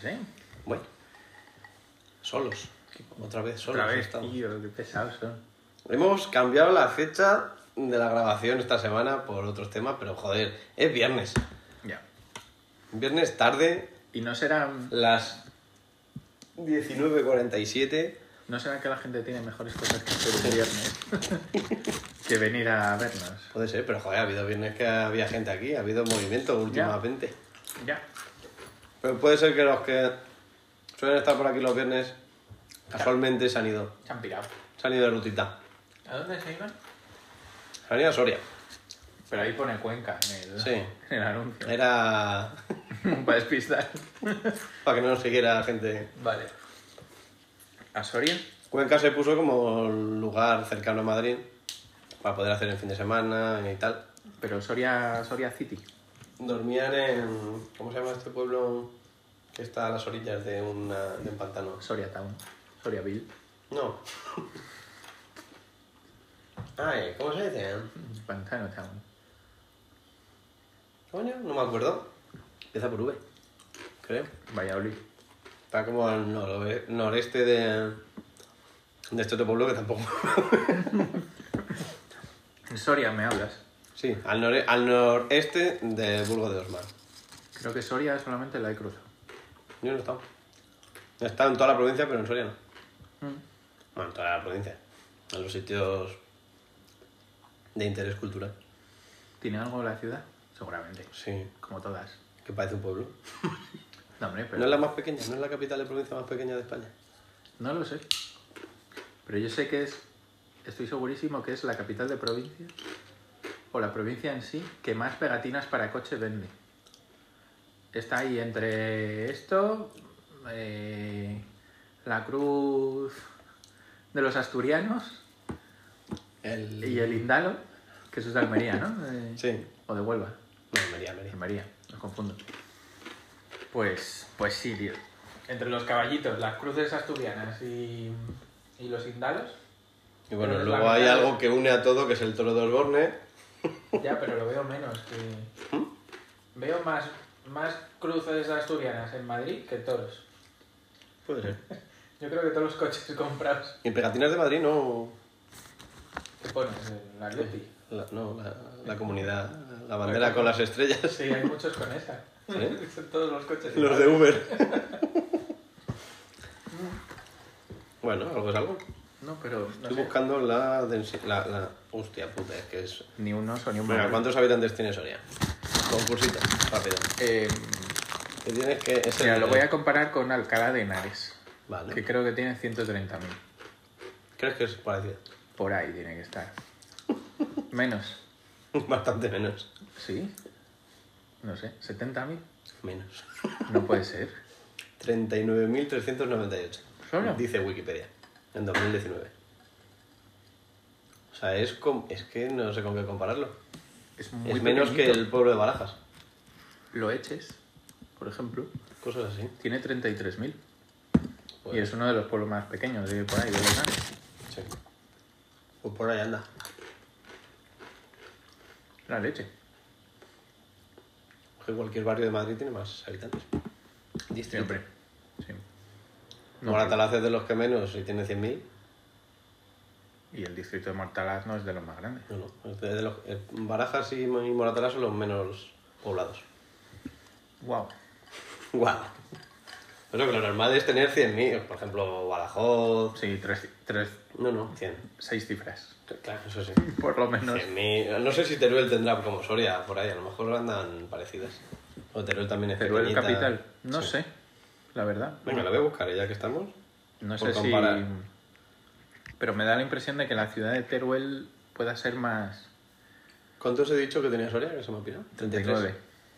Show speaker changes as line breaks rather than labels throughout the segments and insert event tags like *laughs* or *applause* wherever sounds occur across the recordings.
sé.
Bueno, solos. que Otra vez solos.
Otra vez,
estamos.
tío, qué pesados son.
Hemos cambiado la fecha de la grabación esta semana por otros temas, pero joder, es viernes.
Ya.
Viernes tarde,
¿Y no serán,
las 19.47.
no será que la gente tiene mejores cosas que hacer un viernes *laughs* que venir a vernos?
Puede ser, pero joder, ha habido viernes que había gente aquí, ha habido movimiento últimamente.
Ya.
Pero puede ser que los que suelen estar por aquí los viernes casualmente se han ido.
Se han pirado.
Se han ido de rutita.
¿A dónde se iban?
Se han ido a Soria.
Pero ahí pone Cuenca en el,
Sí.
en el anuncio. *laughs*
Era *laughs*
Para despistar.
para que no nos siguiera gente.
Vale. ¿A Soria?
Cuenca se puso como lugar cercano a Madrid para poder hacer el fin de semana y tal.
Pero Soria, Soria City.
Dormían en. ¿Cómo se llama este pueblo? Que está a las orillas de, una, de un pantano.
Soria Town. Soria Bill.
No. *laughs* Ay, ¿cómo se dice?
Pantano Town.
Coño, no me acuerdo. Empieza por V, creo.
Valladolid.
Está como al noro- noreste de, de este otro pueblo que tampoco. *laughs*
En Soria me hablas.
sí, al, nore- al noreste de Burgos de Osmar.
Creo que Soria solamente la he cruzado.
Yo no he estado. He estado en toda la provincia, pero en Soria no.
Mm.
Bueno, en toda la provincia. En los sitios de interés cultural.
¿Tiene algo la ciudad? Seguramente.
Sí,
Como todas.
que parece un pueblo.
No, hombre, pero.
No es la más pequeña, no es la capital de provincia más pequeña de España.
No lo sé. Pero yo sé que es. Estoy segurísimo que es la capital de provincia. O la provincia en sí que más pegatinas para coche vende. Está ahí entre esto. eh, la cruz de los asturianos
El...
y el Indalo, que eso es de Almería, ¿no? Eh,
*laughs* Sí.
O de Huelva.
No, Almería, Almería.
En María, los confundo. Pues, pues sí, tío. Entre los caballitos, las cruces asturianas y, y los indalos.
Y bueno,
Pero es
luego
la
hay
mitad de-
algo que une a todo, que es el toro de Osborne.
Ya, pero lo veo menos. Que... Veo más, más cruces asturianas en Madrid que toros.
Puede ser.
Yo creo que todos los coches *laughs* comprados
Y en pegatinas de Madrid no.
que pones en la Leti.
La, no, la, la comunidad. La bandera con las estrellas.
Sí, hay muchos con esa.
¿Eh?
*laughs* Son todos los coches.
Los de *laughs* Uber. bueno, algo es algo.
No, pero no
Estoy
sé.
buscando la densidad. La, la... Hostia puta, es que es.
Ni un oso ni un
Venga,
mono.
¿cuántos habitantes tiene Soria? Concursito, rápido.
Eh,
Que tienes que. es el-
mira, lo voy a comparar con Alcalá de Henares,
Vale.
que creo que tiene 130.000.
¿Crees que es parecido? *laughs*
Por ahí tiene que estar. Menos.
Bastante menos.
¿Sí? No sé, ¿70.000?
Menos. *laughs*
No puede ser.
39.398.
¿Solo?
Dice Wikipedia. En 2019. O sea, es, com- es que no sé con qué compararlo.
Es, muy
es menos que
pequeñito.
el pueblo de Barajas.
Lo eches, por ejemplo,
Cosas así.
tiene 33.000.
Pues,
Y es uno de los pueblos más pequeños de por ahí, de los grandes.
sí. Pues por ahí anda.
La leche.
Que cualquier barrio de Madrid tiene más habitantes. Distrito.
Siempre. Sí. No,
Moratalaz es de los que menos y tiene 100.000.
Y el distrito de Mortalaz no es de los más grandes.
No, no. es de los- eh, Barajas y y Moratalaz son los menos
*laughs*
poblados.
Wow.
Guau. Pero que lo normal es tener 100.000. Por ejemplo, Badajoz.
Sí, tres, tres,
No, no, 100.
seis cifras.
Claro, eso sí.
Por lo menos.
100.000. No sé si Teruel tendrá como Soria por ahí, a lo mejor andan parecidas. O Teruel también es
Teruel
pequeñita.
capital. No
Sí.
sé, la verdad.
Venga, la voy a buscar, ¿eh? ya que estamos.
No
por
sé si...
comparar.
Pero me da la impresión de que la ciudad de Teruel pueda ser más...
¿Cuántos he dicho que tenía Soria? Que se me ha pirado.
39.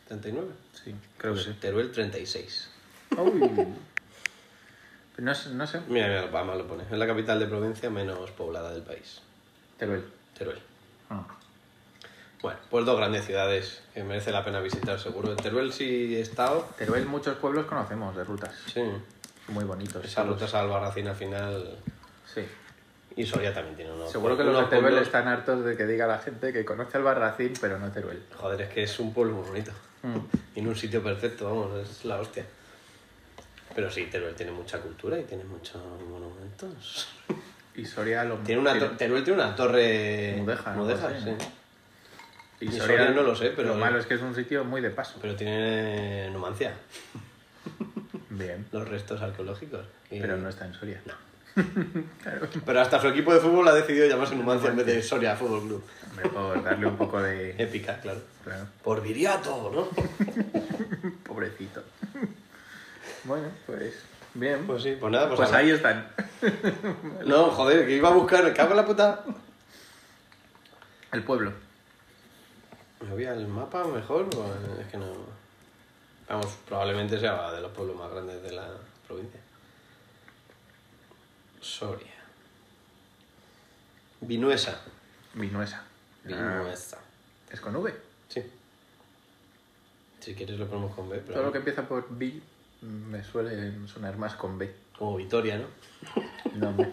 39.
Sí, creo que sí.
Teruel 36.
Uy. Pero No, sé- no sé.
Mira, mira, Palma lo pone. Es la capital de provincia menos poblada del país.
Teruel.
Teruel.
Ah.
Bueno, pues dos grandes ciudades que merece la pena visitar seguro. En Teruel sí he estado.
Teruel muchos pueblos conocemos de rutas.
Sí.
Muy bonitos.
Esa ruta es Albarracín al final.
Sí.
Y Soria también tiene unos.
Seguro que los
unos
de Teruel
pueblos-
están hartos de que diga la gente que conoce al Barracín, pero no Teruel.
Joder, es que es un pueblo muy bonito.
Mm.
Y en un sitio perfecto, vamos, es la hostia. Pero sí, Teruel tiene mucha cultura y tiene muchos monumentos.
Y Soria lo
Tiene una to- Teruel tiene una torre...
Mudéjar, ¿no? Algo así,
sí.
¿no?
y Soria no lo sé, pero-
Lo malo es que es un sitio muy de paso.
Pero tiene Numancia,
Bien,
los restos arqueológicos. Y-
pero no está en Soria.
Pero hasta su equipo de fútbol ha decidido llamarse Numancia en vez de Soria Fútbol Club.
Hombre, por darle un poco
*laughs*
de...
Épica, claro.
Claro,
Por Viriato, ¿no?
pobrecito. *laughs* Bueno, pues... Bien,
Pues sí, pues nada, pues,
pues
ahora-
ahí están.
No, joder, que iba a buscar, me cago en la puta.
El pueblo.
Me voy al mapa mejor, o- es que no. Vamos, probablemente sea de los pueblos más grandes de la provincia. Soria. Vinuesa.
Vinuesa. Ah,
Vinuesa.
es con V.
Sí. Si quieres lo ponemos con B, pero.
Todo lo que empieza por B me suele sonar más con B.
Como Vitoria, ¿no?
No,
*laughs*
hombre.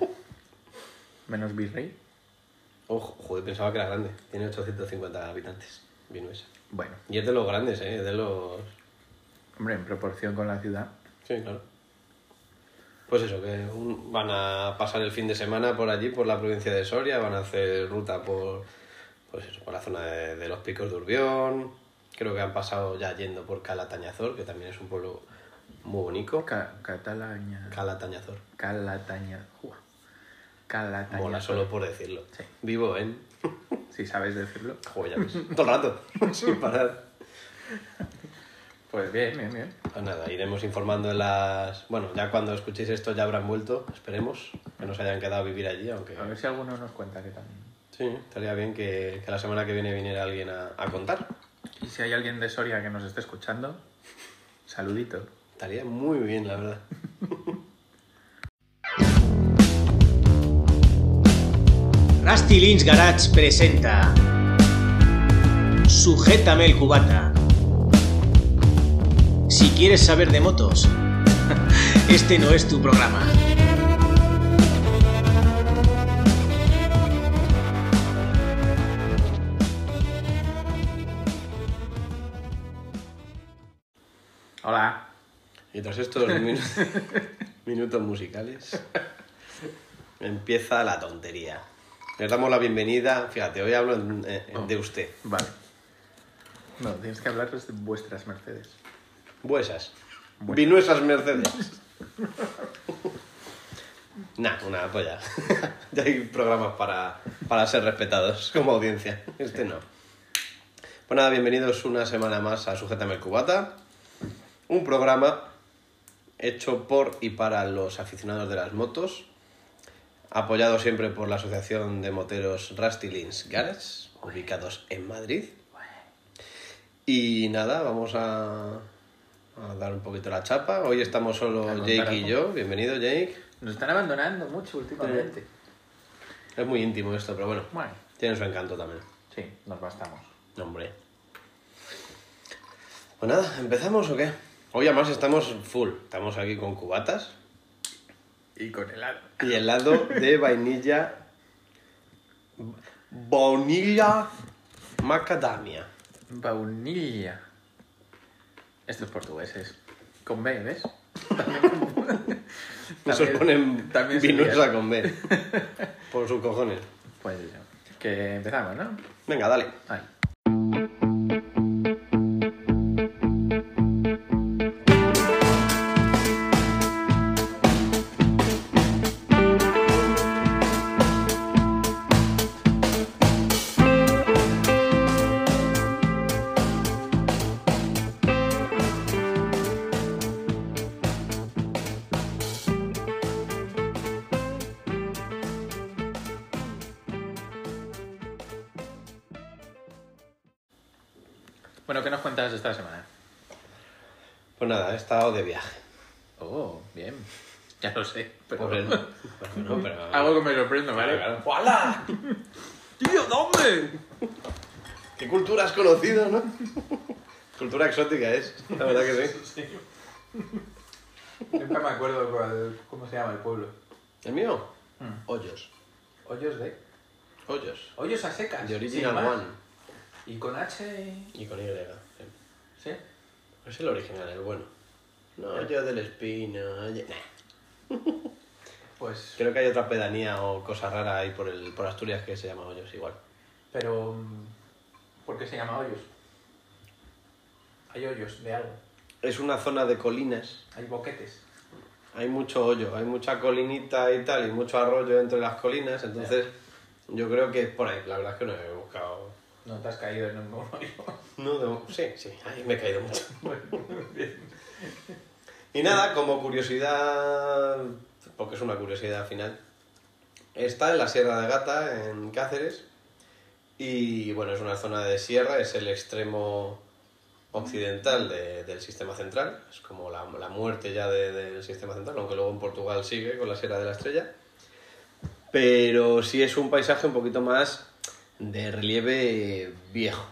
Menos Virrey.
Ojo, joder, pensaba que era grande. Tiene 850 habitantes. Vinuesa.
Bueno,
Y es de los grandes, ¿eh? Es de los.
hombre, en proporción con la ciudad.
Sí, claro. Pues eso, que un- van a pasar el fin de semana por allí, por la provincia de Soria, van a hacer ruta por, pues eso, por la zona de, de los picos de Urbión. Creo que han pasado ya yendo por Calatañazor, que también es un pueblo muy bonito.
Ca- Catalaña.
Calatañazor.
Calataña. Ua. Calataña.
Mola solo por decirlo.
Sí.
Vivo en...
Si sabes decirlo.
Joder, ya ves. Todo el rato, *laughs* sin parar.
Pues bien, bien, bien.
Pues nada, iremos informando en las... Bueno, ya cuando escuchéis esto ya habrán vuelto, esperemos, que nos hayan quedado a vivir allí, aunque...
A ver si alguno nos cuenta que también.
Sí, estaría bien que, que la semana que viene viniera alguien a, a contar.
Y si hay alguien de Soria que nos esté escuchando, saludito.
Estaría muy bien, la verdad.
Rusty Lynch Garage presenta Sujétame el cubata. Si quieres saber de motos, *laughs* este no es tu programa.
Hola.
Y
*laughs*
tras estos minu- minutos musicales, empieza la tontería. Les damos la bienvenida. Fíjate, hoy hablo en-
Oh.
en- de usted.
Vale. No, tienes que hablaros de vuestras mercedes.
Buesas. Vinuesas Mercedes. nah, una polla. ya *laughs* hay programas para, para ser respetados como audiencia. Este no. Pues nada, bienvenidos una semana más a Sujétame el Cubata. Un programa hecho por y para los aficionados de las motos. Apoyado siempre por la Asociación de Moteros Rusty Lins Garage, ubicados en Madrid. Y nada, vamos a, a dar un poquito la chapa. Hoy estamos
A
solo
contar
Jake y
algo.
yo. Bienvenido, Jake.
Nos están abandonando mucho últimamente.
Es muy íntimo esto, pero bueno,
Bueno,
tiene su encanto también.
sí, nos bastamos.
Hombre. Pues nada, ¿empezamos o qué? Hoy además estamos full. Estamos aquí con cubatas
Y con helado. *laughs*
y helado de vainilla. Vanilla macadamia.
Vainilla. Estos portugueses. Con B, ¿ves? También como-
Nos
También-
ponen
también se
vinuesa
lían.
con B.
*laughs*
Por sus cojones.
Pues que empezamos, ¿no?
Venga, dale.
Ahí. Bueno, ¿qué nos cuentas esta semana?
Pues nada, he estado de viaje.
Oh, bien. Ya lo sé. Pero...
Pues no, pues no,
*laughs*
pero...
Algo que me sorprendo, ¿vale?
Claro, claro. ¡Hola!
*laughs* ¡Tío, ¿dónde?
¿Qué cultura has conocido, no? *laughs* cultura exótica es, la verdad que sí.
*laughs*
Nunca me acuerdo cuál- cómo se llama el pueblo.
¿El mío? Hoyos.
Hoyos de.
Mm. Hoyos.
Hoyos a secas.
De
sin
Original
más.
One.
Y con H.
Y con Y.
¿Sí?
Es el original, el bueno. No, yo del espino. yo- nah.
Pues,
Creo que hay otra pedanía o cosa rara ahí por, el, por Asturias que se llama Hoyos igual.
pero. mm, ¿Por qué se llama hoyos? Hay hoyos de algo.
Es una zona de colinas.
Hay boquetes.
Hay mucho hoyo, hay mucha colinita y tal, y mucho arroyo entre las colinas. Entonces, yo creo que es por ahí. La verdad es que no he buscado.
No te has caído en ningún hoyo. *laughs*
No, de- sí, sí, ahí me he caído mucho. Y nada, como curiosidad, porque es una curiosidad al final, está en la Sierra de Gata, en Cáceres, y bueno, es una zona de sierra, es el extremo occidental de- del sistema central, es como la, la muerte ya de- del sistema central, aunque luego en Portugal sigue con la Sierra de la Estrella, pero sí es un paisaje un poquito más de relieve viejo.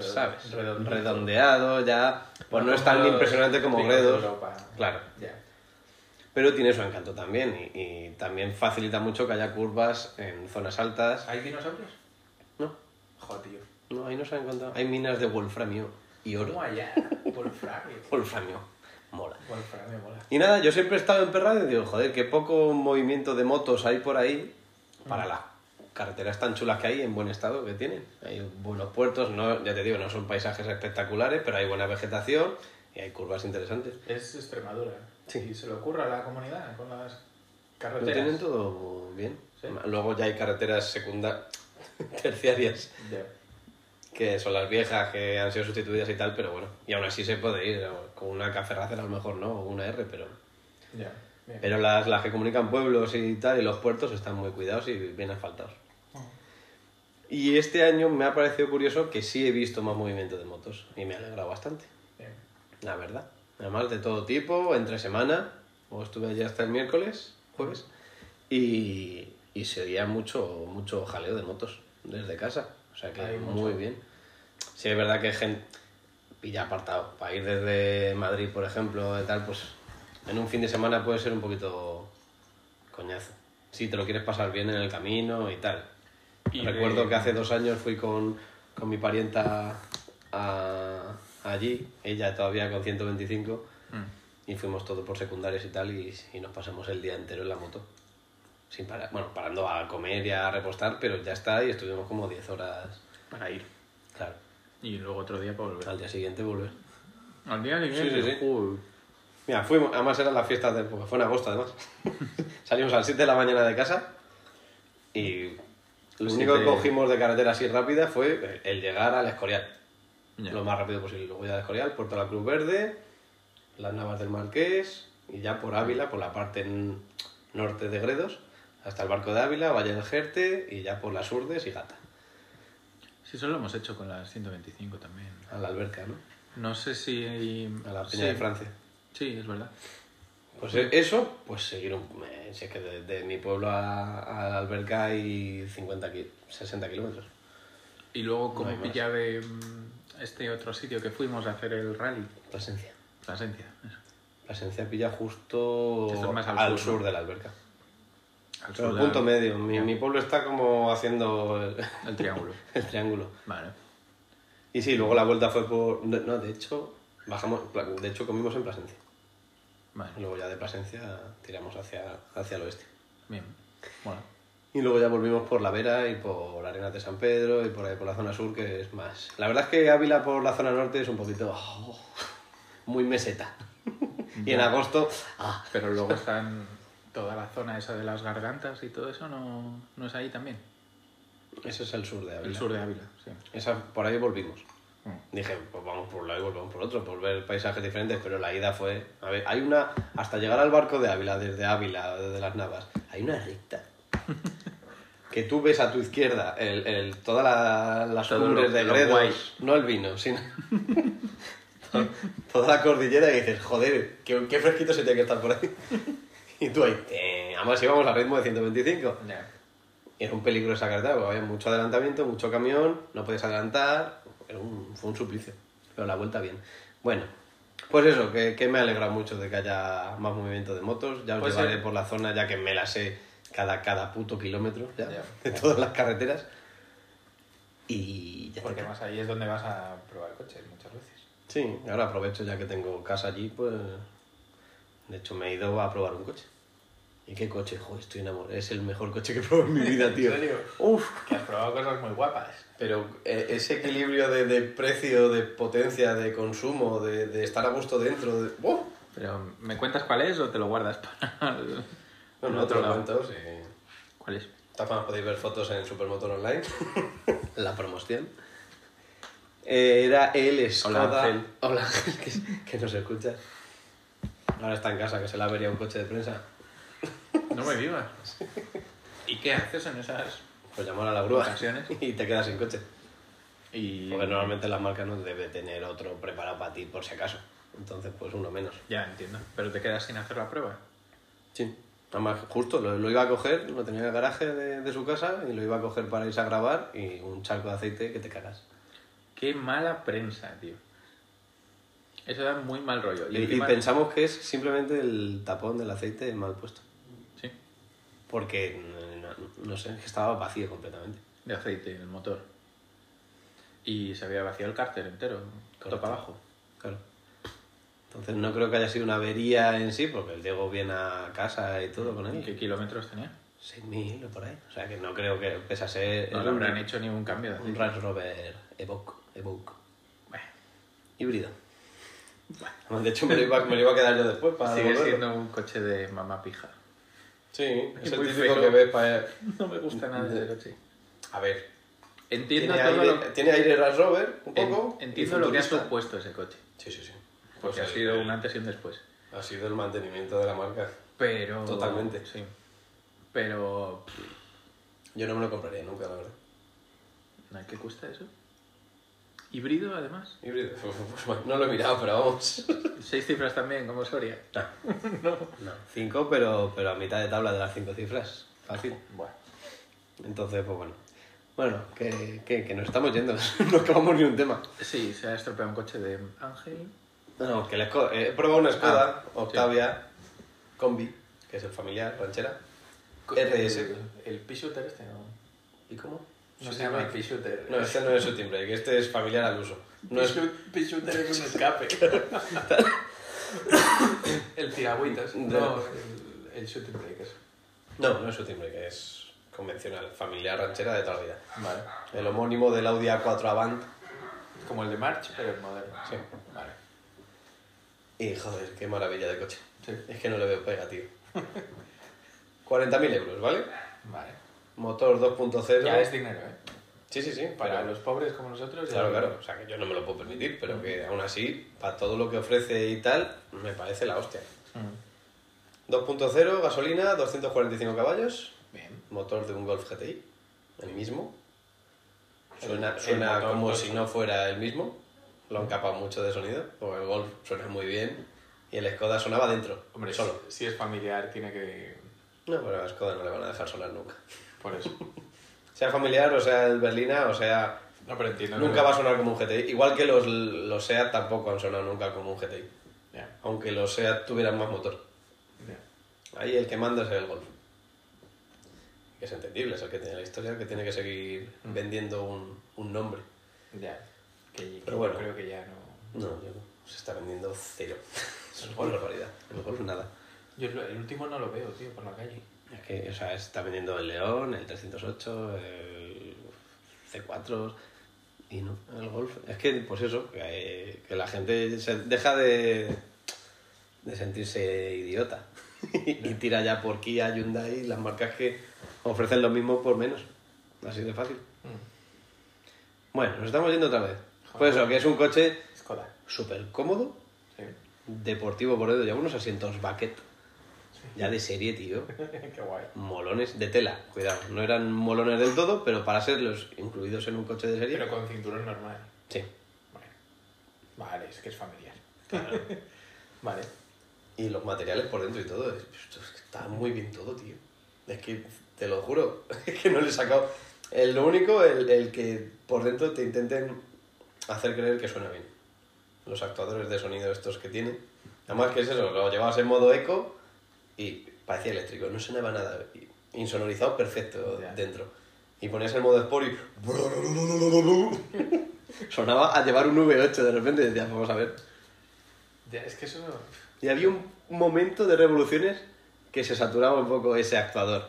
¿sabes?
Redondo.
Redondeado, ya. Pues no, es tan
los
impresionante como
picos de
Gredos.
Europa.
Claro.
Ya.
Pero tiene su encanto también. Y, y también facilita mucho que haya curvas en zonas altas.
¿Hay dinosaurios?
No,
Joder, tío.
no, ahí no se ha encontrado. Hay minas de wolframio y
¿Cómo
oro.
allá?
*laughs*
Wolframio.
Wolframio. Mola.
Wolframio mola.
Y nada, yo siempre he estado emperrado y digo, joder, qué poco movimiento de motos hay por ahí
Mm.
para las carreteras tan chulas que hay, en buen estado que tienen. Hay buenos puertos, no, ya te digo, no son paisajes espectaculares, pero hay buena vegetación y hay curvas interesantes.
Es Extremadura.
Sí.
Y se le ocurre a la comunidad con las
Lo tienen
carreteras.
todo bien.
Sí.
Luego ya hay carreteras secundarias, *laughs* terciarias,
Ya.
que son las viejas, que han sido sustituidas y tal, pero bueno. Y aún así se puede ir, o con una caferracera a lo mejor no, o una R, pero...
Ya. Bien.
Pero las, las que comunican pueblos y tal, y los puertos están muy cuidados y bien asfaltados. Y este año me ha parecido curioso que sí he visto más movimiento de motos, y me ha alegrado bastante,
Bien.
la verdad. Además, de todo tipo, entre semana, o estuve allí hasta el miércoles, jueves, y, y se oía mucho, mucho jaleo de motos desde casa. O sea que
Hay mucho.
muy bien. Sí, es verdad que gente pilla apartado. Para ir desde Madrid, por ejemplo, de tal, pues en un fin de semana puede ser un poquito coñazo. Si te lo quieres pasar bien en el camino y tal.
Y
Recuerdo
de-
que hace dos años fui con, con mi parienta a- allí, ella todavía con 125,
Mm.
y fuimos todos por secundarios y tal, y, y nos pasamos el día entero en la moto. Sin parar, bueno, parando a comer y a repostar, pero ya está, y estuvimos como 10 horas.
Para ir.
Claro,
Y luego otro día para volver.
al día siguiente volver.
Al día siguiente.
Sí, sí, sí.
uy.
Mira, fuimos, además eran las fiestas de porque fue en agosto además.
*laughs*
Salimos a las 7 de la mañana de casa y lo
Sí,
único que
te-
cogimos de carretera así rápida fue el llegar al Escorial,
Ya.
lo más rápido posible. Luego ya al Escorial, Puerto de la Cruz Verde, las Navas del Marqués y ya por Ávila, por la parte n- norte de Gredos, hasta el barco de Ávila, Valle del Jerte y ya por las Urdes y Gata,
Sí, eso lo hemos hecho con las 125 también.
a la alberca, ¿no?
No sé si...
A la
sí.
Peña de Francia.
Sí, es verdad.
Pues e- eso, pues seguir un... eh, Si es que de, de mi pueblo a, a la alberca hay 50 ki- 60 kilómetros.
Y luego,
hay
como
más.
pilla de mm, este otro sitio que fuimos a hacer el rally,
Plasencia.
Plasencia, eso.
Plasencia pilla justo
Esto es más al
al,
sur,
sur,
¿no?
de la alberca.
al
Pero
sur
el
de-
punto medio. Mi, mi pueblo está como haciendo el, *laughs*
el triángulo.
el triángulo.
Vale.
Y sí, luego la vuelta fue por... No, no, de hecho, bajamos... pla- De hecho, comimos en Plasencia.
Vale,
Luego ya de Plasencia tiramos hacia, hacia el oeste.
bien. Bueno,
Y luego ya volvimos por La Vera y por Arenas de San Pedro y por, ahí por la zona sur, que es más. La verdad es que Ávila por la zona norte es un poquito. oh, muy meseta. *laughs* y en agosto. ah,
pero luego están toda la zona esa de las gargantas y todo eso, ¿no, no es ahí también?
ese es el sur de Ávila.
El sur de Ávila, sí.
Esa, por ahí volvimos.
Mm.
Dije, pues vamos por un lado y volvemos por otro, por ver paisajes diferentes, pero la ida fue. A ver, hay una. Hasta llegar al barco de Ávila, desde Ávila, desde las Navas, hay una
*laughs*
recta. que tú ves a tu izquierda el, el- toda la, las
Todo
cumbres
lo-
de
lo guay.
Gredos, no el
*laughs*
vino, sino. to- toda la cordillera y dices, joder, qué, qué fresquito se tiene que estar por ahí. *laughs* y tú ahí. eh, además íbamos al ritmo de 125
Ya.
era un peligro esa carretera, porque había mucho adelantamiento, mucho camión, no podías adelantar, era un- fue un suplicio, pero la vuelta bien. Bueno, pues eso, que, que me alegra mucho de que haya más movimiento de motos, ya os
Pues
llevaré
sí.
por la zona ya que me la sé cada, cada puto kilómetro ya,
Ya.
*laughs* de todas las carreteras. Y ya
Porque
está.
más ahí es donde vas a probar coches muchas veces.
Sí, ahora aprovecho ya que tengo casa allí, pues. De hecho, me he ido a probar un coche. ¿Y qué coche? Joder, estoy enamorado. Es el mejor coche que he probado en mi vida, tío.
¿En serio?
Uf.
Que has probado cosas muy guapas.
Pero eh, ese equilibrio de, de precio, de potencia, de consumo, de, de estar a gusto dentro. De... ¡Buah!
Pero, ¿me cuentas cuál es o te lo guardas para *laughs* el-
Bueno,
el
otro
lado?
cuento, sí.
¿Cuál es?
Tapa, podéis ver fotos en Supermotor Online. *laughs* La promoción. Eh, era el Skoda.
Ángel.
Hola, Ángel, que, que nos escucha. Ahora está en casa, que se la vería un coche de prensa.
No me digas. ¿Y qué haces en esas?
Pues llamar a la grúa
Ocasiones.
*laughs* y te quedas sin coche.
Y...
Porque normalmente la marca no debe tener otro preparado para ti, por si acaso. Entonces, pues uno menos.
Ya, entiendo. Pero te quedas sin hacer la prueba.
Sí. Además, justo lo, lo iba a coger, lo tenía en el garaje de, de su casa y lo iba a coger para irse a grabar y un charco de aceite que te cagas.
Qué mala prensa, tío. Eso da muy mal rollo.
Y, y
encima-
pensamos que es simplemente el tapón del aceite mal puesto.
Sí,
Porque, no, no- no sé, que estaba vacío completamente.
de aceite en el motor. Y se había vaciado el cárter entero, todo
Correcto.
para abajo.
Claro. Entonces no creo que haya sido una avería en sí, porque el Diego viene a casa y todo con
¿Qué
él.
kilómetros tenía?
6.000 o por ahí. O sea que no creo que pese a ser
No
era
le
un-
habrán hecho ningún cambio de
un
aceite.
Range Rover Evoque. Evoque. Mm.
Bueno,
Híbrido. De hecho me lo, iba, me lo iba a quedar yo después para
sigue
devolverlo.
siendo un coche de mamá pija.
*laughs* Sí, es el
muy
típico
feo.
que ves para...
No me gusta nada ese coche.
A ver,
Entiendo
tiene
todo
aire,
lo-
tiene aire Range Rover, un
en-
poco. y
entiendo lo que ha
futurista.
supuesto ese coche.
Sí, sí, sí.
Porque
Pues
ha
el-
sido un antes y un después.
Ha sido el mantenimiento de la marca.
Pero.
Totalmente.
Sí. Pero. pff,
Yo no me lo compraría nunca, la verdad.
¿a ¿Qué cuesta eso? Híbrido,
*laughs*
además.
Híbrido. Pues, bueno, no lo he mirado, pero vamos.
Seis cifras también, como Soria.
*laughs* No, cinco, pero, pero a mitad de tabla de las cinco cifras. Fácil.
Bueno.
Entonces, pues bueno. Bueno, que, que, que nos estamos yendo. *laughs* no acabamos ni un tema.
Sí, se ha estropeado un coche de Ángel.
No, no, que el Skoda- eh, he probado una Skoda,
Ah,
Octavia, Combi, que es el familiar, ranchera. RS.
El, el P-Shooter este, ¿no?
¿Y cómo?
No se llama P-Shooter.
No, este no es su timbre, que este es familiar al uso. No es,
P-Shooter es un
*laughs*
escape. el tiragüitas. No, el, el shooting break eso.
no, no es su timbre, que es convencional, familiar ranchera de toda la vida.
Vale.
El homónimo del Audi A4 Avant.
Como el de March, pero el moderno.
Sí.
Vale.
Y joder, qué maravilla de coche.
Sí.
Es que no le veo pega, tío. *laughs* 40.000 euros, ¿vale?
Vale.
Motor 2.0.
Ya es dinero, ¿eh?
Sí, sí, sí.
Para
pero-
los pobres como nosotros. ya-
Claro, claro. O sea, que yo no me lo puedo permitir, pero que aún así, para todo lo que ofrece y tal, me parece la hostia.
Mm.
2.0, gasolina, 245 caballos.
Bien.
motor de un Golf GTI, el mismo.
El-
Suena,
el
suena
motor pues,
como
Golf.
si no fuera el mismo. Lo han capado mucho de sonido, porque el Golf suena muy bien y el Skoda sonaba dentro,
Hombre,
solo.
si- si es familiar, tiene que.
No, pero a Skoda no le van a dejar sonar nunca.
Por
*laughs*
eso.
Sea familiar, o sea el Berlina, o sea...
No, pero entiendo.
nunca va a sonar como un GTI. Igual que los, los SEAT tampoco han sonado nunca como un GTI.
Ya,
Aunque los SEAT tuvieran más motor.
ya.
Ahí el que manda es el Golf. Que es entendible, es el que tiene la historia, el que tiene que seguir vendiendo un, un nombre.
Ya. Que,
Pero
que
bueno.
yo creo que ya no.
No, yo no. Se está vendiendo cero. *laughs* Es una barbaridad. El golf nada.
Yo lo- el último no lo veo, tío, por la calle.
Es que, o sea, se está vendiendo el León, el 308, el C4 y no, el Golf. Es que, pues eso, que, eh, que la gente se deja de, de sentirse idiota *laughs* y tira ya por Kia, Hyundai, las marcas que ofrecen lo mismo por menos. Así de fácil. Bueno, nos estamos yendo otra vez. Pues eso, que es un coche
Skoda.
súper cómodo,
Sí. *laughs*
deportivo por dentro, ya unos asientos bucket. Ya de serie, tío.
Qué guay.
Molones de tela, cuidado. No eran molones del todo, pero para serlos incluidos en un coche de serie.
Pero con cinturón normal.
Sí.
Vale. Vale, es que es familiar. Vale.
Y los materiales por dentro y todo. es- esto es que Está muy bien todo, tío. Es que te lo juro, *laughs* es que no le he sacado. El, lo único, el, el que por dentro te intenten hacer creer que suena bien. Los actuadores de sonido estos que tienen. Además que es eso, lo llevabas en modo eco y parecía eléctrico, no sonaba nada. y- Insonorizado perfecto
Ya.
dentro. Y ponías el modo Sport y... *laughs* Sonaba a llevar un V8 de repente y decías, vamos a ver.
Ya, es que eso.
Y había un momento de revoluciones que se saturaba un poco ese actuador.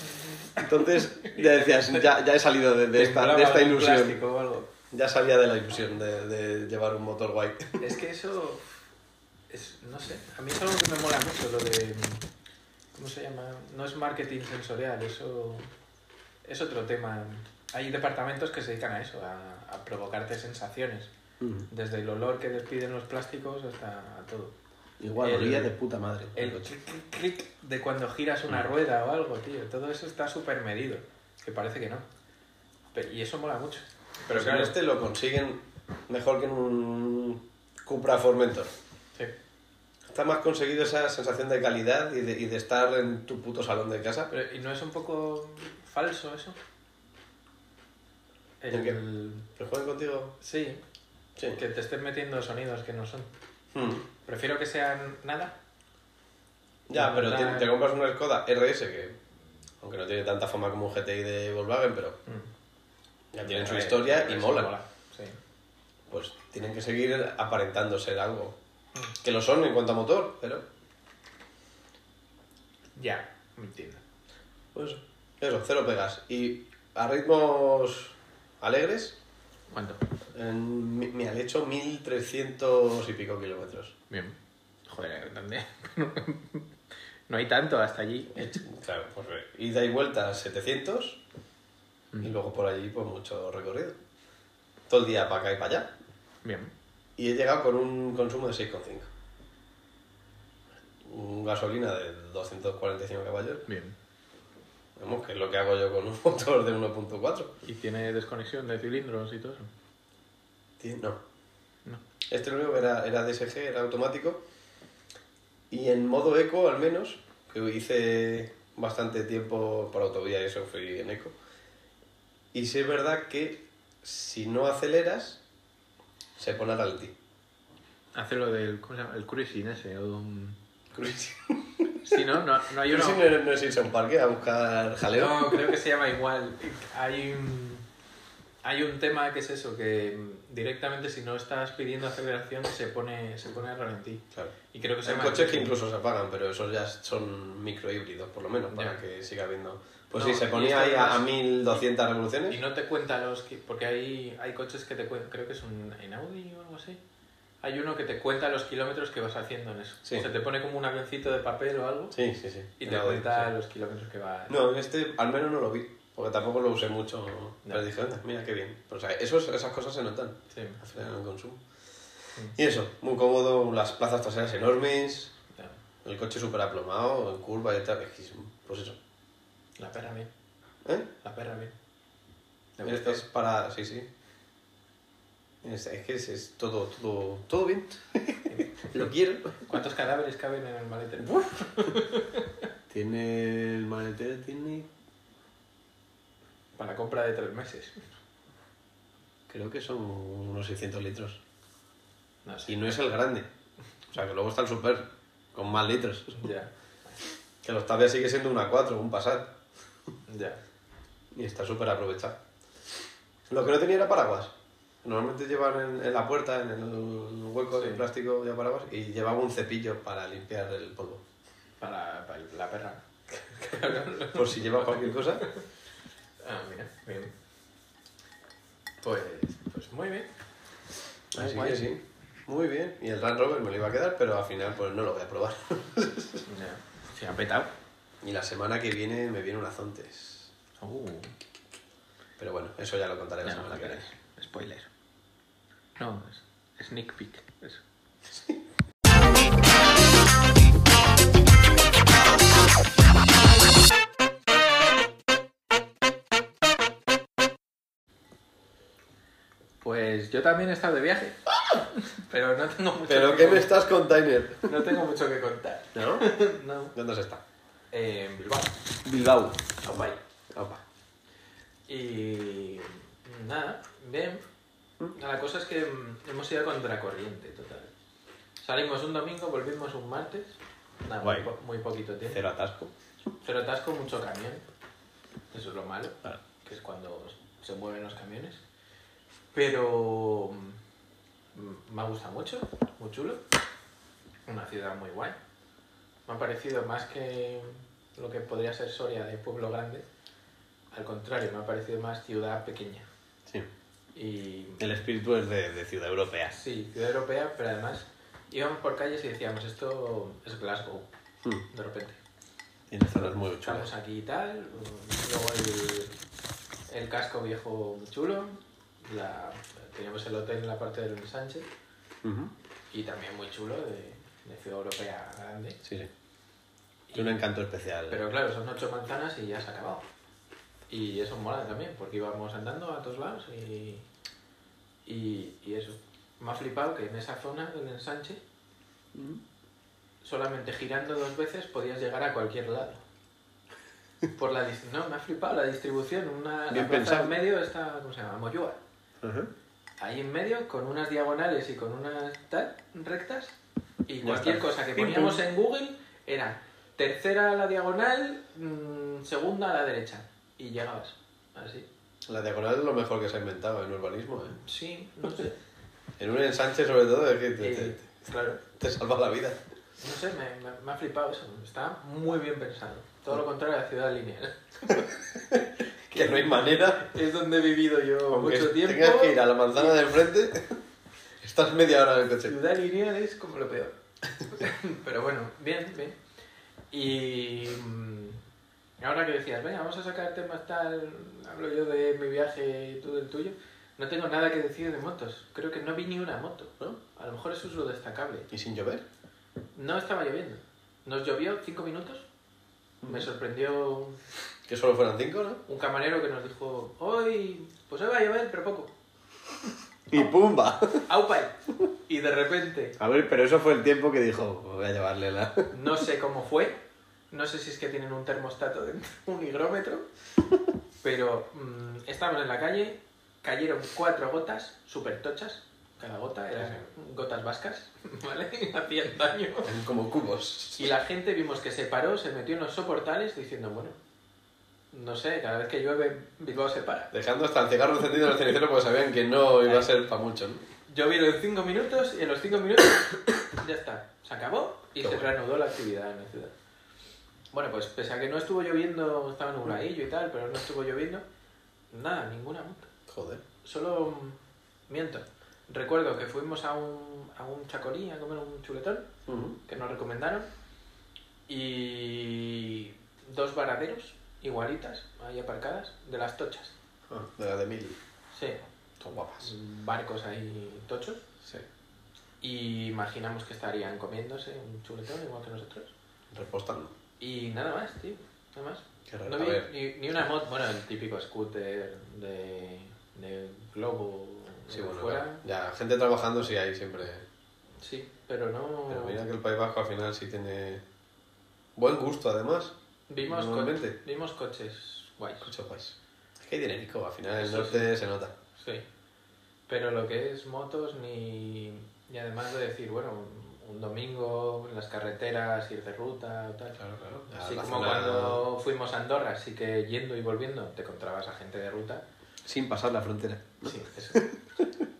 *laughs*
Entonces ya decías, ya, ya he salido de, de esta, de esta
Temblaba algún
ilusión.
plástico o
*laughs*
algo.
Ya sabía de la ilusión de, de llevar un motor guay.
Es que eso. es- no sé. A mí es algo que me mola mucho, lo de. ¿Cómo se llama? No es marketing sensorial, eso. Es otro tema. Hay departamentos que se dedican a eso, a, a provocarte sensaciones.
Mm.
Desde el olor que despiden los plásticos hasta a todo.
Igual,
El-
olía de puta madre.
El clic, clic, clic de cuando giras
Mm.
una rueda o algo, tío. Todo eso está súper medido. Que parece que no. Pe- y eso mola mucho.
Pero claro, este lo consiguen mejor que en un Cupra Formentor.
Sí.
Está más conseguido esa sensación de calidad y de, y de estar en tu puto salón de casa.
Pero, ¿Y no es un poco falso eso? El,
¿El ¿Pero juegan contigo?
Sí,
Sí.
que te estés metiendo sonidos que no son.
Mm.
Prefiero que sean nada.
Ya,
La
pero
verdad-
te, te compras una Skoda RS que, aunque no tiene tanta fama como un GTI de Volkswagen, pero ya tienen su
Eh,
historia y
eso
molan.
Sí.
Pues tienen que seguir aparentando ser algo.
Mm.
Que lo son en cuanto a motor, pero...
Ya, me entiendo.
Pues eso, cero pegas. Y a ritmos alegres,
¿Cuánto?
en- me me han hecho 1300 y pico kilómetros.
Bien. Joder,
*laughs*
¿dónde? no hay tanto hasta allí.
Claro, pues eh, ida y vuelta 700
Mm.
y luego por allí pues mucho recorrido. Todo el día para acá y para allá.
Bien.
Y he llegado con un consumo de 6,5. Un gasolina de 245 caballos.
Bien.
Vemos que es lo que hago yo con un *laughs* motor de 1.4.
¿Y tiene desconexión de cilindros y todo eso?
Ti- No.
No.
Este lo único que era, era DSG, era automático. Y en modo eco, al menos, que hice bastante tiempo por autovía y eso fui en eco. Y sí es verdad que si no aceleras, se pone a ralentí.
Hace lo del. ¿Cómo se llama? El cruising ese. O... un-
Cruising.
Sí, ¿no? No, no hay uno.
Cruising no es- no es irse a un parque a buscar jaleo.
No, creo que se llama igual. Hay un, hay un tema que es eso, que mm, directamente si no estás pidiendo aceleración se pone, se pone a ralentí.
Claro.
Y creo que se
Hay
llama...
coches que incluso se apagan, pero esos ya son microhíbridos, por lo menos, para
Ya.
que siga habiendo. Pues
No,
sí, se
y
ponía
esto
ahí a, a
además-
1200
Y
revoluciones.
no te cuenta los... ki- Porque hay, hay coches que te cuentan... Creo que es un, en Audi o algo así. Hay uno que te cuenta los kilómetros que vas haciendo en eso.
Sí.
Se te pone como un avioncito de papel o algo
Sí, sí, sí.
y te
Era de-
cuenta
sí.
los kilómetros que vas...
No, en este al menos no lo vi, porque tampoco lo usé mucho. Pero dije, anda, mira qué bien. Pero, o sea, esos- esas cosas se notan,
Sí.
aceleran el consumo. Y eso, muy cómodo, las plazas traseras enormes,
Ya.
el coche súper aplomado, en curva y tal. es que es- Pues eso.
La perra bien.
¿Eh?
La perra bien. Me gustó.
Este es para. Sí, sí. Es, es que es, es todo, todo, todo bien. Lo quiero.
¿Cuántos cadáveres caben en el maletero?
Tiene el maletero, tiene.
Para compra de tres meses.
Creo que son unos 600 litros.
No sé.
Y no es el grande. O sea, que luego está el super, con más litros.
Ya,
Que el Octavia sigue siendo una 4, un Passat.
ya.
Y está súper aprovechado. Lo que no tenía era paraguas. Normalmente llevan en, en la puerta, en el hueco de
Sí.
plástico, ya paraguas. Y llevaba un cepillo para limpiar el polvo.
Para, para la perra.
Por si lleva cualquier cosa.
Ah, mira, bien. Pues, pues muy bien. Ah,
Así
guay.
que sí. Muy bien. Y el Land Rover me lo iba a quedar, pero al final pues no lo voy a probar.
Ya.
Se ha petado.
y la semana que viene me viene un Azontes.
Uh.
Pero bueno, eso ya lo contaré la
Ya no
semana
la
que viene.
queréis. Spoiler. No, es sneak peek. Eso. Pues yo también he estado de viaje.
*laughs* Pero no tengo mucho
¿Pero
que
qué me
con-
estás container?
No tengo mucho que contar.
¿No?
*laughs* No.
¿Dónde se está?
Eh, en Bilbao.
Bilbao.
Opay.
Opa.
Y nada, bien. La cosa es que mm, hemos ido a contracorriente, total. Salimos un domingo, volvimos un martes. Nada, muy,
Guay.
po- muy poquito tiempo.
Cero atasco.
Pero atasco mucho camión. Eso es lo malo,
Claro.
que es cuando se mueven los camiones. Pero mm, me ha gustado mucho, muy chulo. Una ciudad muy guay. Me ha parecido más que lo que podría ser Soria de pueblo grande. Al contrario, me ha parecido más ciudad pequeña.
Sí.
Y
El espíritu es de, de ciudad europea.
sí, ciudad europea, pero además íbamos por calles y decíamos, esto es Glasgow,
Mm.
de repente.
Tiene zonas muy
Estamos
chulas.
aquí y tal, mm, luego el, el casco viejo muy chulo, la, teníamos el hotel en la parte del Sánchez
Ujú.
y también muy chulo de, de ciudad europea grande.
Sí, sí. Tiene un encanto especial.
Pero claro, son ocho manzanas y ya se ha acabado. Y eso mola también, porque íbamos andando a todos lados y, y, y eso. Me ha flipado que en esa zona del ensanche, solamente girando dos veces podías llegar a cualquier lado. Por la dis- no, me ha flipado la distribución. Una,
Bien
la plaza
pensado.
en medio está, ¿cómo se llama? Moyúa.
Ajá.
Ahí en medio, con unas diagonales y con unas tal, rectas. Y
Ya
cualquier
está.
cosa que
Pim,
poníamos
pum.
en Google era tercera a la diagonal, mm, segunda a la derecha. Y llegabas. Así.
La diagonal es lo mejor que se ha inventado en urbanismo. ¿eh?
Sí, no *laughs* sé.
En un ensanche, sobre todo, es que te,
Eh,
te-
claro.
te salva la vida.
No sé, me, me- me ha flipado eso. Está muy bien pensado. Todo lo contrario a la ciudad lineal.
Que no hay manera.
Es donde he vivido yo
Aunque
mucho tiempo.
tengas que ir a la manzana del *laughs* frente, estás media hora en el coche.
Ciudad lineal es como lo peor. *laughs* Pero bueno, bien, bien. Y mm, ahora que decías, venga, vamos a sacar temas tal, hablo yo de mi viaje y tú del tuyo, no tengo nada que decir de motos. Creo que no vi ni una moto, ¿no? A lo mejor eso es lo destacable.
Y sin llover.
No estaba lloviendo. Nos llovió cinco minutos. Me sorprendió
Que solo fueran cinco, ¿no?
un camarero que nos dijo, hoy, pues hoy va a llover, pero poco.
Y pumba.
¡Aupa! Y de repente
A ver, pero eso fue el tiempo que dijo, voy a llevarle la...
No sé cómo fue. No sé si es que tienen un termostato dentro, *laughs* un higrómetro. Pero mm, estábamos en la calle, cayeron cuatro gotas súper tochas. Cada gota eran gotas vascas, *laughs* ¿vale? Hacían daño.
Como cubos.
Y la gente vimos que se paró, se metió en los soportales diciendo, bueno, no sé, cada vez que llueve, Bilbao se para.
Dejando hasta el cigarro encendido en el cenicero porque sabían que no iba a ser para mucho, ¿no?
Llovieron cinco minutos y en los cinco minutos *coughs* ya está, se acabó y
Qué
se
bueno.
reanudó la actividad en la ciudad. Bueno, pues pese a que no estuvo lloviendo, estaba nubladillo y tal, pero no estuvo lloviendo, nada, ninguna moto.
Joder.
Solo mm, miento. Recuerdo que fuimos a un, a un chacolí a comer un chuletón que nos recomendaron y dos varaderos igualitas ahí aparcadas de las tochas.
Ah, de la de mil.
Sí,
Son guapas.
barcos ahí tochos.
Sí.
Y imaginamos que estarían comiéndose un chuletón igual que nosotros.
Repostando.
Y nada más, tío. Nada más.
Qué raro.
No
A
vi
ver.
ni, ni una moto. Bueno, el típico scooter de, de globo.
Sí,
de
bueno,
fuera.
claro. ya, gente trabajando sí hay siempre.
Sí, pero no.
Pero mira que el País Vasco al final sí tiene buen gusto, además.
vimos,
normalmente.
coches, vimos coches guays.
Escucha, pues. Es que hay dinérico, al final el
Eso
norte se nota.
Sí. Pero lo que es motos ni. Y además de decir, bueno, un- un domingo en las carreteras, ir de ruta o tal.
Claro, claro.
Así como cuando fuimos a Andorra, así que yendo y volviendo te encontrabas a gente de ruta.
Sin pasar la frontera. *laughs*
Sí, eso.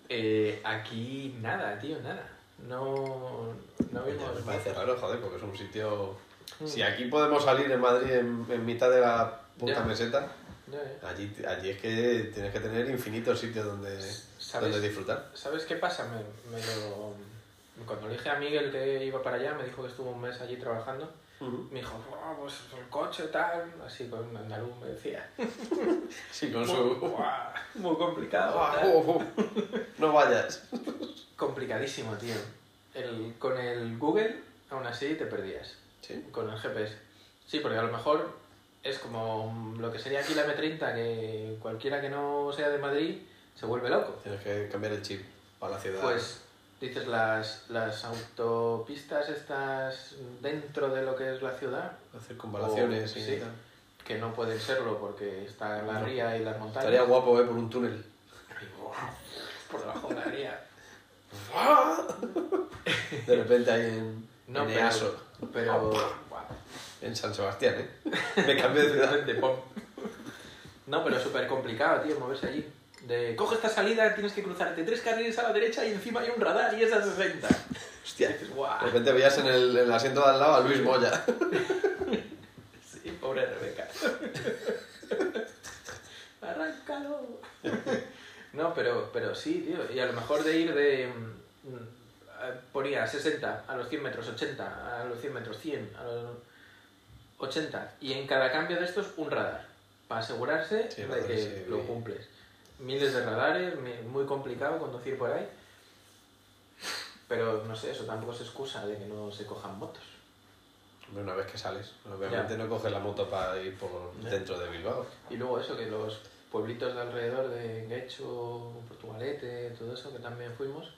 Eh, aquí nada, tío, nada. No, no
Oye,
vimos
me parece
motos.
raro, joder, porque es un sitio...
Mm.
Si aquí podemos salir en Madrid en, en mitad de la puta
Ya.
meseta,
Ya, ya.
allí, allí es que tienes que tener infinitos sitios donde,
¿Sabes?
donde disfrutar.
¿Sabes qué pasa? Me, me lo- Cuando le dije a Miguel que iba para allá, me dijo que estuvo un mes allí trabajando. Me dijo, "Buah, pues el coche tal, así con un andaluz me decía.
Sí, con su...
"Buah, Muy complicado.
Ah,
tal".
oh, oh. No vayas.
Complicadísimo, tío. El, con el Google, aún así te perdías.
Sí,
Con el GPS. Sí, porque a lo mejor es como lo que sería aquí la M30, que cualquiera que no sea de Madrid se vuelve loco.
tienes que cambiar el chip para la ciudad.
Pues dices, las, las autopistas estas dentro de lo que es la ciudad,
Hacer comparaciones
Oh,
y
sí.
tal.
que no pueden serlo porque está la
No.
ría y las montañas.
Estaría guapo, ¿eh? Por un túnel.
Ay, guau, por debajo de la
*laughs*
ría.
De repente ahí en,
No,
en
pero-
Easo,
Pero...
en San Sebastián, ¿eh? *laughs* Me cambio de ciudad.
de pop. No, pero súper complicado, tío, moverse allí. De coge esta salida, tienes que cruzarte tres carriles a la derecha y encima hay un radar y es a 60.
Hostia.
Dices, "Guau".
De repente veías en el, en el asiento de al lado a Luis Moya.
Sí, pobre Rebeca. *laughs* Arráncalo. No, pero, pero sí, tío. Y a lo mejor de ir de. mm, eh, Ponía 60 a los 100 metros, 80 a los 100 metros, 100 a los 80. Y en cada cambio de estos, un radar. Para asegurarse
Sí,
de
radar,
que
sí,
lo
vi.
cumples. Miles de radares, mi- muy complicado conducir por ahí. Pero no sé, eso tampoco es excusa de que no se cojan motos.
Hombre, Una vez que sales, obviamente no coges la moto para ir por
Ya.
dentro de Bilbao.
Y luego eso, que los pueblitos de alrededor de Guecho, Portugalete, todo eso, que también fuimos,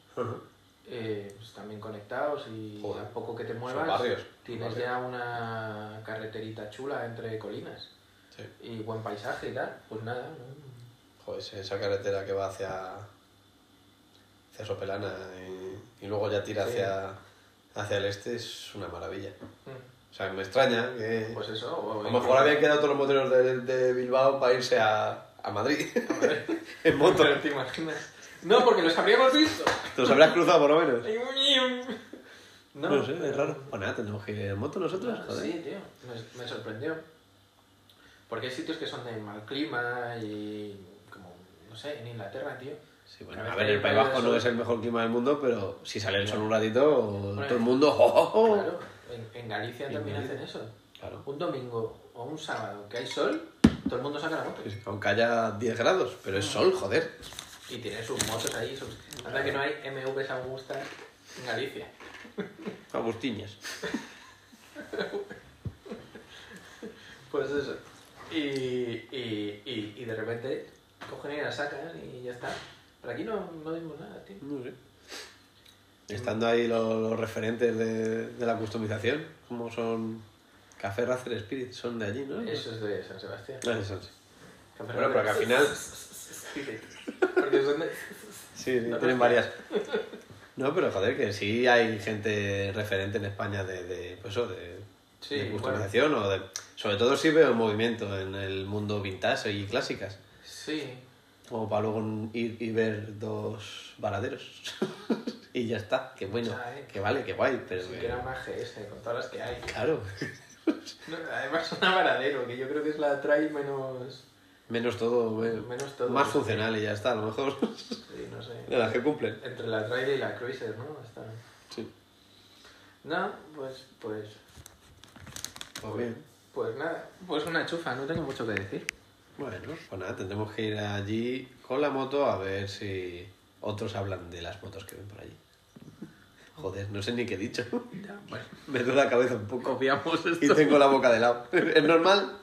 eh, pues también conectados y
Joder.
a poco que te
Son
muevas,
barrios.
tienes
Vale.
ya una carreterita chula entre colinas
Sí.
y buen paisaje y tal. Pues nada, ¿no?
Joder, sí, esa carretera que va hacia, hacia Sopelana y, y luego ya tira
Sí.
hacia, hacia el este es una maravilla.
Mm.
O sea, me extraña que...
Pues eso.
a
o-
lo mejor
*laughs*
habían quedado todos los moteros de, de Bilbao para irse a, a Madrid *laughs*
*laughs*
en moto.
Pero te imaginas. No, porque los habríamos
*laughs*
visto.
Te los habrás cruzado por lo menos.
No,
Bueno, nada, tendremos que ir en moto nosotros. joder.
Sí, tío, me, me sorprendió. Porque hay sitios que son de mal clima y como, no sé, en Inglaterra, tío.
Sí, bueno,
Cada
a
vez
ver,
que
el País
llueve
Vasco
el
no
sol.
es el mejor clima del mundo, pero si sale el sol un ratito,
Hombre.
todo el mundo... *laughs* ¡oh, ¡jo, jo, jo!
Claro, en, en Galicia también
Bienvenido.
hacen eso.
Claro.
Un domingo o un sábado que hay sol, todo el mundo saca la moto.
Sí, sí, Aunque haya 10 grados, pero es sol, joder.
Y tienen sus motos ahí. Sus... Anda que no hay MVs Augustas en Galicia.
Agustiñas.
Pues eso. Y, y, y, y de repente cogen y la sacan y ya está. Pero aquí no, no vimos nada, tío.
No sé. Estando ahí los, los referentes de, de la customización, como son Café Racer Spirit, son de allí, ¿no?
Eso es de San Sebastián.
Ah, eso sí.
Campeón
Bueno,
de-
pero que al final-
*laughs* Porque son de-
Sí, sí,
No,
tienen
no.
varias. No, pero joder, que sí hay gente referente en España de, de pues eso, de,
Sí,
de
bueno.
customización o de... Sobre todo si veo movimiento en el mundo vintage y clásicas.
Sí.
Como para luego ir y ver dos varaderos. *laughs* y ya está, que bueno,
Ya, eh.
que vale, que guay, pero...
Sí,
que-
que era una GS con todas las que hay.
Claro,
No, además, una varadero, que yo creo que es la trail menos.
menos todo, eh,
Menos todo.
más funcional y ya está, a lo mejor. *laughs*
Sí, no sé.
De las que cumplen.
Entre la trail y la cruiser, ¿no? Está...
Sí.
No, pues, pues.
Pues bien.
Pues nada.
Pues una chufa, no tengo mucho que decir.
Bueno, pues nada, tendremos que ir allí con la moto a ver si otros hablan de las motos que ven por allí. Joder, no sé ni qué he dicho. *laughs*
Ya, *laughs* bueno,
Me duele la cabeza un poco
copiamos
y
esto.
tengo la boca de lado. ¿Es normal?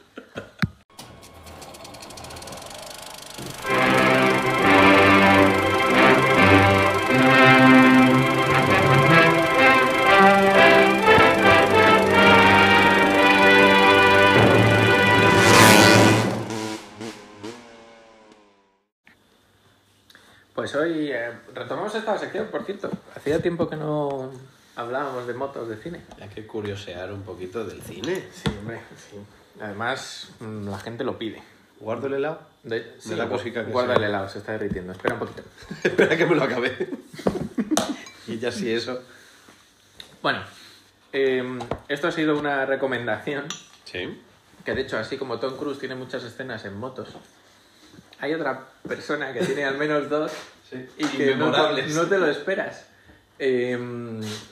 Pues hoy eh, retomamos esta sección, por cierto. Hacía tiempo que no hablábamos de motos de cine.
Hay que curiosear un poquito del cine.
Sí, hombre, sí. Además, mm, la gente lo pide.
Guardo el helado.
De, sí,
la
gu-
cosica que
guarda
sea.
el helado, se está derritiendo. Espera un poquito.
*laughs* Espera que me lo acabe. y ya sí eso.
Bueno, eh, esto ha sido una recomendación,
Sí.
que de hecho, así como Tom Cruise tiene muchas escenas en motos, hay otra persona que tiene al menos dos
Sí.
y que no, te- no te lo esperas. Eh,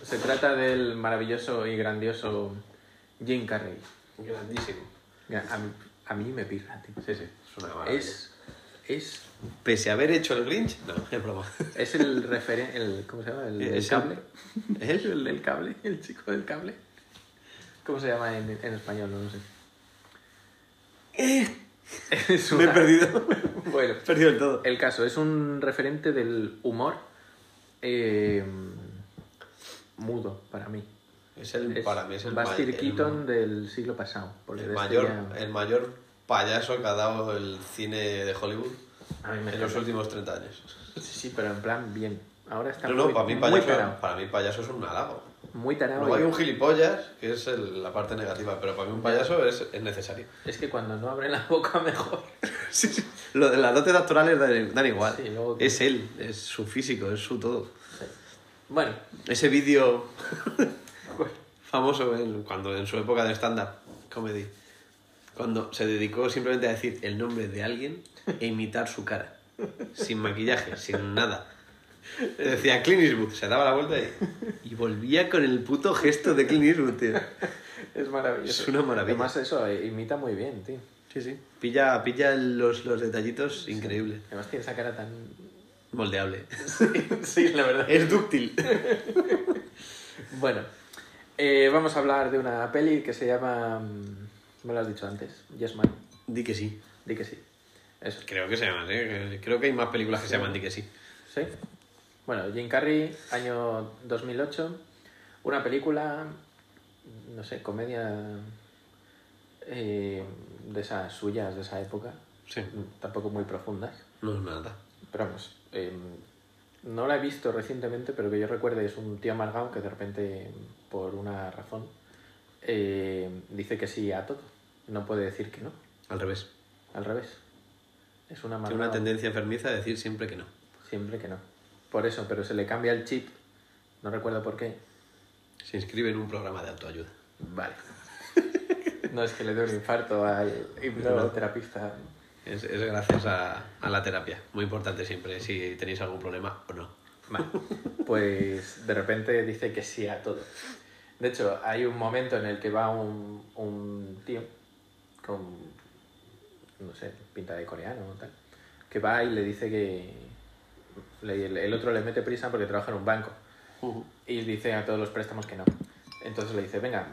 se trata del maravilloso y grandioso Jim Carrey.
Grandísimo.
Mira, A mí, a mí me pirra, tío. Sí, sí.
Es una maravilla.
Es, es,
Pese a haber hecho el Grinch. No, es broma.
es el referente, el, ¿cómo se llama? El, del
Eh, Es el-
cable.
¿Es?
El del cable, el chico del cable. ¿Cómo se llama en, en español? No lo sé. Es
Eh. Me he
una-
perdido. *laughs*
Bueno,
He perdido el todo.
el caso es un referente del humor eh, mudo para mí.
Es el,
Es
para mí es el
Buster
ma- el-
Keaton del siglo pasado. porque
El
de este
mayor, eh,
ya-
el mayor payaso que ha dado el cine de Hollywood
a mí me
en los
encanta.
últimos 30 años.
Sí, sí, pero en plan bien. Ahora está
No, no,
muy,
para mí,
muy
payaso,
pegado.
para mí payaso es un halago.
muy tarado.
Luego hay un gilipollas, que es el- la parte negativa, pero para mí un payaso es, es necesario.
Es que cuando no abren la boca, mejor.
*laughs* Sí, sí. Lo de las dotes doctorales dan, dan igual.
Sí, luego-
Es él, es su físico, es su todo.
Bueno,
Ese vídeo *laughs* famoso en- cuando en su época de stand-up comedy, cuando se dedicó simplemente a decir el nombre de alguien e imitar su cara, sin maquillaje, sin nada. Decía Clint Eastwood, se daba la vuelta y, y volvía con el puto gesto de Clint Eastwood, tío.
es
Es
maravilloso.
una maravilla.
Además, eso eh, imita muy bien, tío.
Sí, sí. Pilla, pilla los, los detallitos, increíble.
Además tiene esa cara tan...
Moldeable.
sí, la verdad.
Es dúctil.
Bueno, eh, vamos a hablar de una peli que se llama... mm, Me lo has dicho antes, Yes Man.
Di que sí.
Di que sí. Eso.
Creo que se llaman, ¿eh? Creo que hay más películas que se llaman Di que sí.
¿Sí? Bueno, Jim Carrey, año 2008. Una película, no sé, comedia eh, de esas suyas, de esa época.
Sí.
Tampoco muy profundas.
No es nada.
Pero vamos, eh, no la he visto recientemente, pero que yo recuerde es un tío amargado que de repente, por una razón, eh, dice que sí a todo. No puede decir que no.
Al revés.
Al revés. Es una
Tiene una
amargado.
tendencia enfermiza a decir siempre que no.
Siempre que no. Por eso, pero se le cambia el chip. No recuerdo por qué.
Se inscribe en un programa de autoayuda.
Vale. *laughs* No es que le dé un infarto
*laughs*
al hipnoterapista.
Es, es gracias a, a la terapia. Muy importante siempre si tenéis algún problema o no.
Vale. Pues de repente dice que sí a todo. De hecho, hay un momento en el que va un, un tío con, no sé, pinta de coreano o tal, que va y le dice que... le- el- el otro le mete prisa porque trabaja en un banco. Y dice a todos los préstamos que no. Entonces le dice, venga,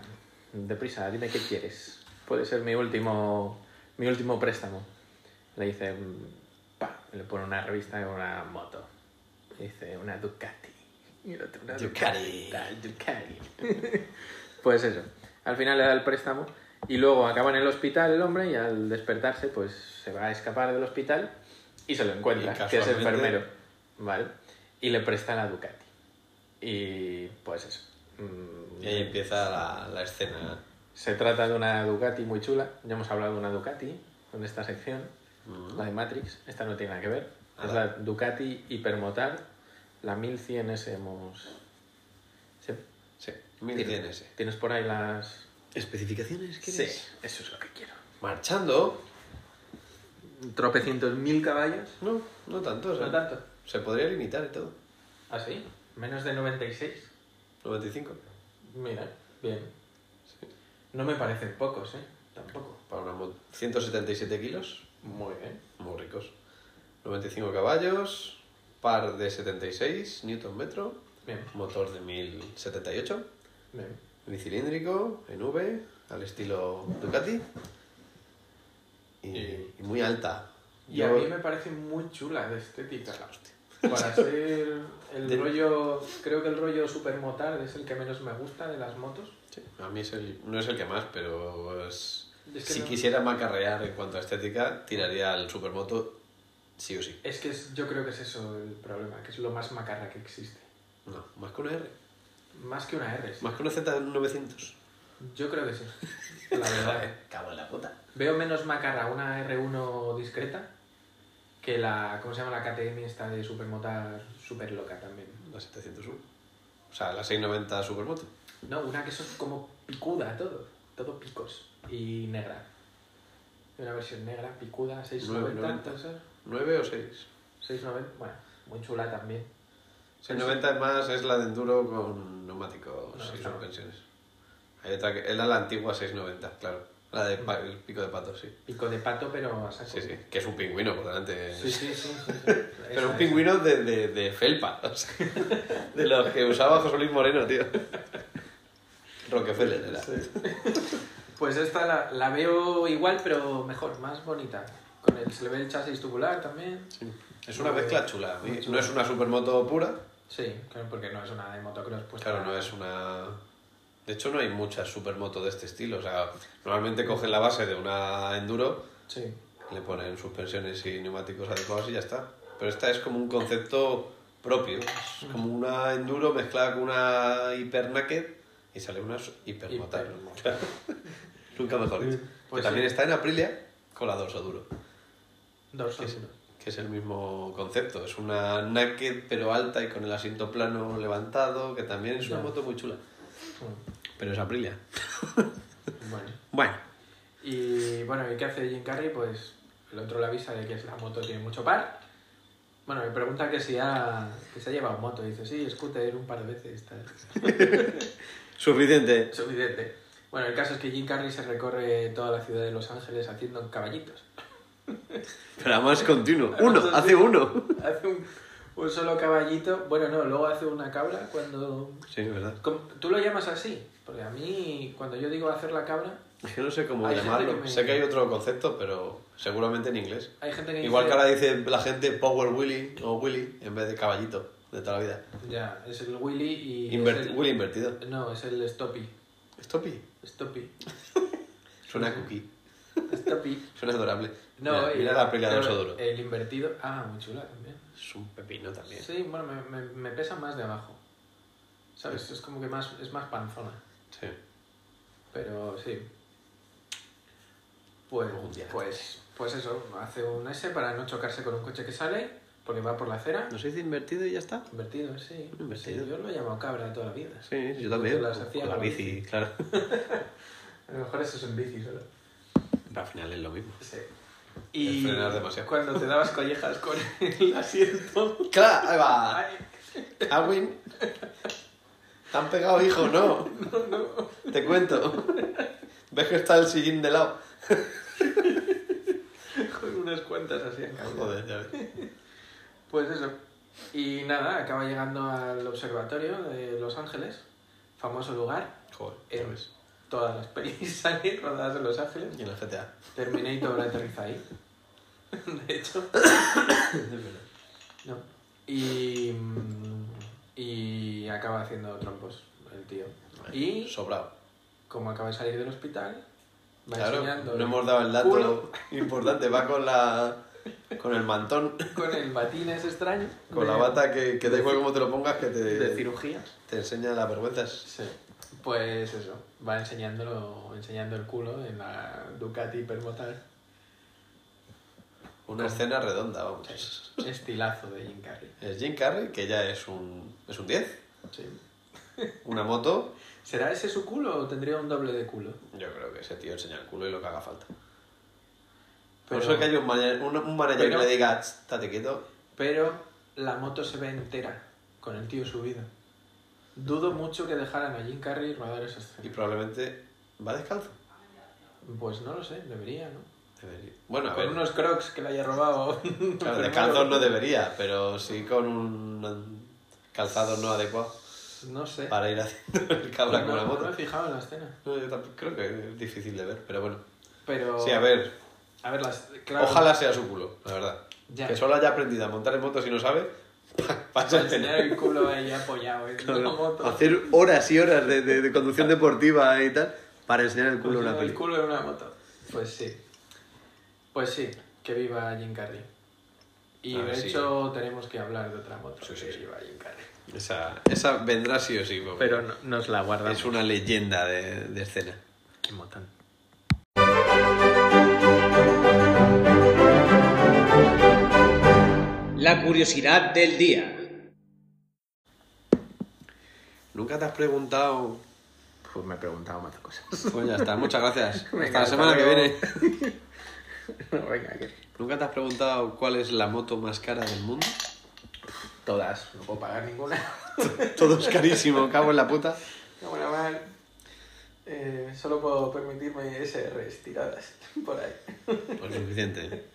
deprisa, dime qué quieres. Puede ser mi último, mi último préstamo. Le dice, mm, pa, le pone una revista de una moto. Le dice, una Ducati. Y el otro, una
Ducati.
Ducati. tal, Ducati. pues eso. Al final le da el préstamo. Y luego acaba en el hospital el hombre y al despertarse pues se va a escapar del hospital y se lo encuentra,
Y
que es
casualmente-
enfermero. ¿Vale? Y le presta la Ducati. Y pues eso. Mm,
Y ahí empieza la, la escena.
Se trata de una Ducati muy chula. Ya hemos hablado de una Ducati en esta sección, la de Matrix. Esta no tiene nada que ver. Es
Nada.
la Ducati Hipermotar. La 1100S hemos... Sí.
Sí, 1100 S.
¿Tienes por ahí las...?
¿Especificaciones
Sí, eso es lo que quiero.
Marchando.
Tropecientos mil caballos.
No, no tanto. o sea,
Pues No tanto.
Se podría limitar y todo.
¿Ah, sí? Menos de 96.
95.
Mira, bien. No me parecen pocos, ¿eh? Tampoco.
Para una moto. 177 kilos.
Muy bien.
Muy ricos. 95 caballos. Par de 76 newton metro.
Bien,
Motor de 1078.
bien.
bicilíndrico, en V, al estilo Ducati. Y,
Y-
y muy alta.
Y
Yo-
a mí me parece muy chula de estética.
*laughs*
Para ser el
De-
rollo, creo que el rollo supermotard es el que menos me gusta de las motos.
sí, a mí es el- no es el que más, pero es-
Es que
si
no-
quisiera macarrear en cuanto a estética, tiraría al Supermoto sí o sí.
Es que es- yo creo que es eso el problema, que es lo más macarra que existe.
No, más que una R.
Más que una R. sí.
Más que una Z900.
Yo creo que sí. La verdad. ¿eh?
Cago en la puta.
Veo menos macarra una R1 discreta que la, ¿cómo se llama la KTM esta de supermotard super loca también?
La 701. O sea, la 690 Supermoto.
No, una que son como picuda todo, todo picos y negra. Una versión negra, picuda, 690,
9,90.
puede ser.
¿9 o 6?
690, bueno, muy chula también.
690 es más, es la de enduro con neumáticos
No,
y
claro.
suspensiones. Hay otra que era la antigua 690, claro. La de pa- el pico de pato, sí.
Pico de pato, pero a saco.
Sí, sí, que es un pingüino por delante.
sí, sí, sí, sí, sí. Esa,
*laughs* Pero un
esa.
pingüino de, de, de felpa, o sea, *laughs* de los que usaba José Luis Moreno, tío. Rockefeller era.
Pues esta la, la veo igual, pero mejor, más bonita. Con el, se le ve el chasis tubular también.
Es una mezcla chula. a mí. No es una supermoto pura,
Sí, claro, porque no es una de motocross. Pues
Claro, no es una. De hecho, no hay muchas supermotos de este estilo. O sea, normalmente cogen la base de una enduro,
Sí,
le ponen suspensiones y neumáticos adecuados y ya está. Pero esta es como un concepto propio. Es como una enduro mezclada con una hiper naked y sale una hiper motar. *laughs* Nunca mejor dicho.
Pues
que también
sí.
está en Aprilia con la dorso duro,
Dorso.
que es, que es el mismo concepto. Es una naked pero alta y con el asiento plano levantado, que también es una
Ya.
moto muy chula.
Mm,
Pero es Aprilia.
*laughs* Bueno.
Bueno,
Mm. Y bueno, ¿y qué hace Jim Carrey? Pues el otro le avisa de que la moto tiene mucho par. Bueno, me pregunta que si ha, que se ha llevado moto. Y dice, sí, scooter un par de veces. Tal.
suficiente.
Suficiente. Bueno, el caso es que Jim Carrey se recorre toda la ciudad de Los Ángeles haciendo caballitos. *laughs*
Pero además continuo. Uno, hace uno.
*laughs* Hace un, un solo caballito. Bueno, no, luego hace una cabra cuando...
Sí, es verdad.
como- Tú lo llamas así, porque a mí cuando yo digo hacer la cabra,
Es que no sé cómo
Hay gente
llamarlo.
que me-
Sé que hay otro concepto, pero seguramente en inglés.
hay gente que
Igual que
dice...
ahora dice la gente Power Willy o Willy en vez de caballito de toda la vida.
Ya, es el Willy y... es
Inverti-
el-
Willy invertido.
No, es el Stoppy.
Stoppy.
Stoppy.
Suena a cookie.
Stoppy.
Suena adorable.
No,
mira,
y-
mira la pelea de
pero
oso duro.
El invertido. Ah, muy chula también.
Es un pepino también. Sí.
Sí, bueno, me, me, me pesa más de abajo. ¿Sabes? Es como que más, es más panzona. Pero sí. Pues,
Algún día.
pues, pues eso, hace un S para no chocarse con un coche que sale, porque va por la acera.
¿No se dice invertido y ya está?
Invertido, sí.
Invertido.
Sí, yo lo he llamado cabra toda la vida.
Sí, yo también.
Las
con-
hacía
con la
con
bici,
bici.
claro. *laughs*
A lo mejor eso es en bici solo.
Pero al final es lo mismo.
Sí. Y
Es frenar demasiado.
cuando te dabas collejas con el asiento.
*laughs* ¡Claro! ¡Ahí va! *laughs*
ay,
¡Awin! ¿Te han pegado, hijo? No. *laughs* No, no. Te *laughs* cuento. ¿Ves que está el sillín de lado?
con unas cuantas así en cabeza.
Joder, ya ves.
Pues eso. Y nada, acaba llegando al observatorio de Los Ángeles, famoso lugar.
Joder, ya
En
ves.
todas las pelis *laughs* salen rodadas en Los Ángeles.
Y en el GTA.
Terminator aterriza ahí. De hecho. No. Y, mm, y acaba haciendo trompos el tío. Y
Sobrado.
como acaba de salir del hospital, va
Claro,
enseñando
no
el
hemos dado el dato
culo
importante. Va con la con el mantón,
con el batín ese extraño.
con la
de-
bata que, que da igual como te lo pongas que
de
te,
cirugía.
te enseña las vergüenzas.
Sí. Pues eso, va enseñándolo, enseñando el culo en la Ducati hipermotal.
Una escena redonda, vamos.
Estilazo de Jim Carrey.
Es Jim Carrey, que ya es un, es un 10.
Sí.
Una moto.
¿Será ese su culo o tendría un doble de culo?
Yo creo que ese tío enseña el culo y lo que haga falta. Por
Pero-
eso que hay un, mana- un, un manager
Pero-
que le diga, "Tss, estate quieto.
Pero la moto se ve entera, con el tío subido. Dudo mucho que dejaran a Jim Carrey rodar esa
Y
escena.
probablemente va descalzo.
Pues no lo sé, debería, ¿no?
Debería. Bueno, a
Con
ver.
unos crocs que le haya robado. *laughs*
Claro, descalzo no debería, pero sí con un calzado no adecuado.
No sé.
para ir *laughs* haciendo el cabra
no,
con la
no me
moto.
he fijado en la escena.
No, yo tampoco- creo que es difícil de ver, pero bueno.
Pero...
Sí, a ver,
A ver, las... claro,
ojalá sea su culo, la verdad.
Ya.
Que solo haya aprendido a montar en moto si no sabe, *laughs*
Para
pasa
enseñar el culo ahí apoyado en la moto.
Hacer horas y horas de, de- de conducción deportiva y tal para enseñar el culo en una
Haciendo el
peli.
culo en una moto. Pues sí. Pues sí, que viva Jim Carrey. Y
A ver
de
si-
hecho tenemos que hablar de otra moto.
Ah, Sí, sí,
que
sí.
viva Jim Carrey.
Esa, esa vendrá sí o sí, porque
Pero no- nos la guardamos.
es una leyenda de, de escena.
Qué
*laughs*
motán.
La curiosidad del día.
¿Nunca te has preguntado?
Pues me he preguntado más cosas.
Pues ya está, muchas *laughs* gracias. Hasta
Venga,
la semana que
luego.
viene.
Venga, que...
¿Nunca te has preguntado cuál es la moto más cara del mundo?
Todas, no puedo pagar ninguna.
*laughs* Todo es carísimo, cago en la puta.
No, bueno, mal. Eh, solo puedo permitirme SRs tiradas por ahí.
Pues suficiente.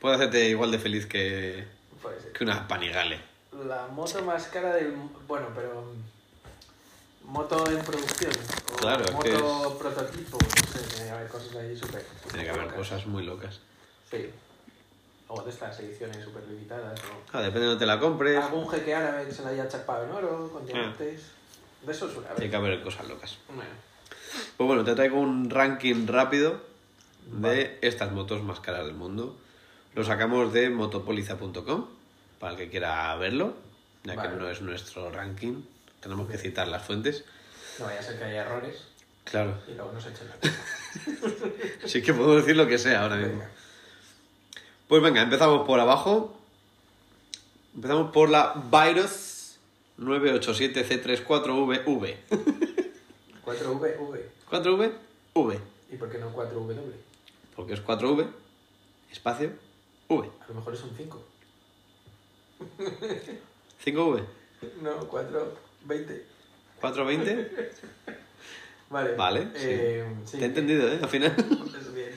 Puedo hacerte igual de feliz que,
Puede ser.
que una panigale.
La moto más cara del... mu- Bueno, pero... mm, Moto en producción. O
Claro, es que
Moto prototipo. No sé, tiene que haber cosas ahí súper...
Tiene que haber
locas.
cosas muy locas.
Sí. O de estas ediciones súper limitadas. O...
Ah, depende de donde te la compres.
Algún jeque árabe que se la haya chapado en oro,
Ah.
con diamantes. De eso es una
Tiene
vez.
que haber cosas locas.
Bueno,
Pues bueno, te traigo un ranking rápido de estas motos más caras del mundo. Lo sacamos de motopoliza.com, para el que quiera verlo. ya
Vale.
que no es nuestro ranking, tenemos que citar las fuentes.
No vaya a ser que haya errores
Claro,
y luego nos echen la culpa.
sí que puedo decir lo que sea ahora mismo.
Venga.
Pues venga, empezamos por abajo. Empezamos por la Virus 987C34VV.
4V, V.
¿4V? V.
¿Y por qué no 4W?
Porque es 4V, espacio, V.
A lo mejor es un 5.
5V.
No, 4, 20.
420.
Vale.
Vale,
Eh, sí.
Te he entendido, ¿eh? Al final. *laughs*
Es bien.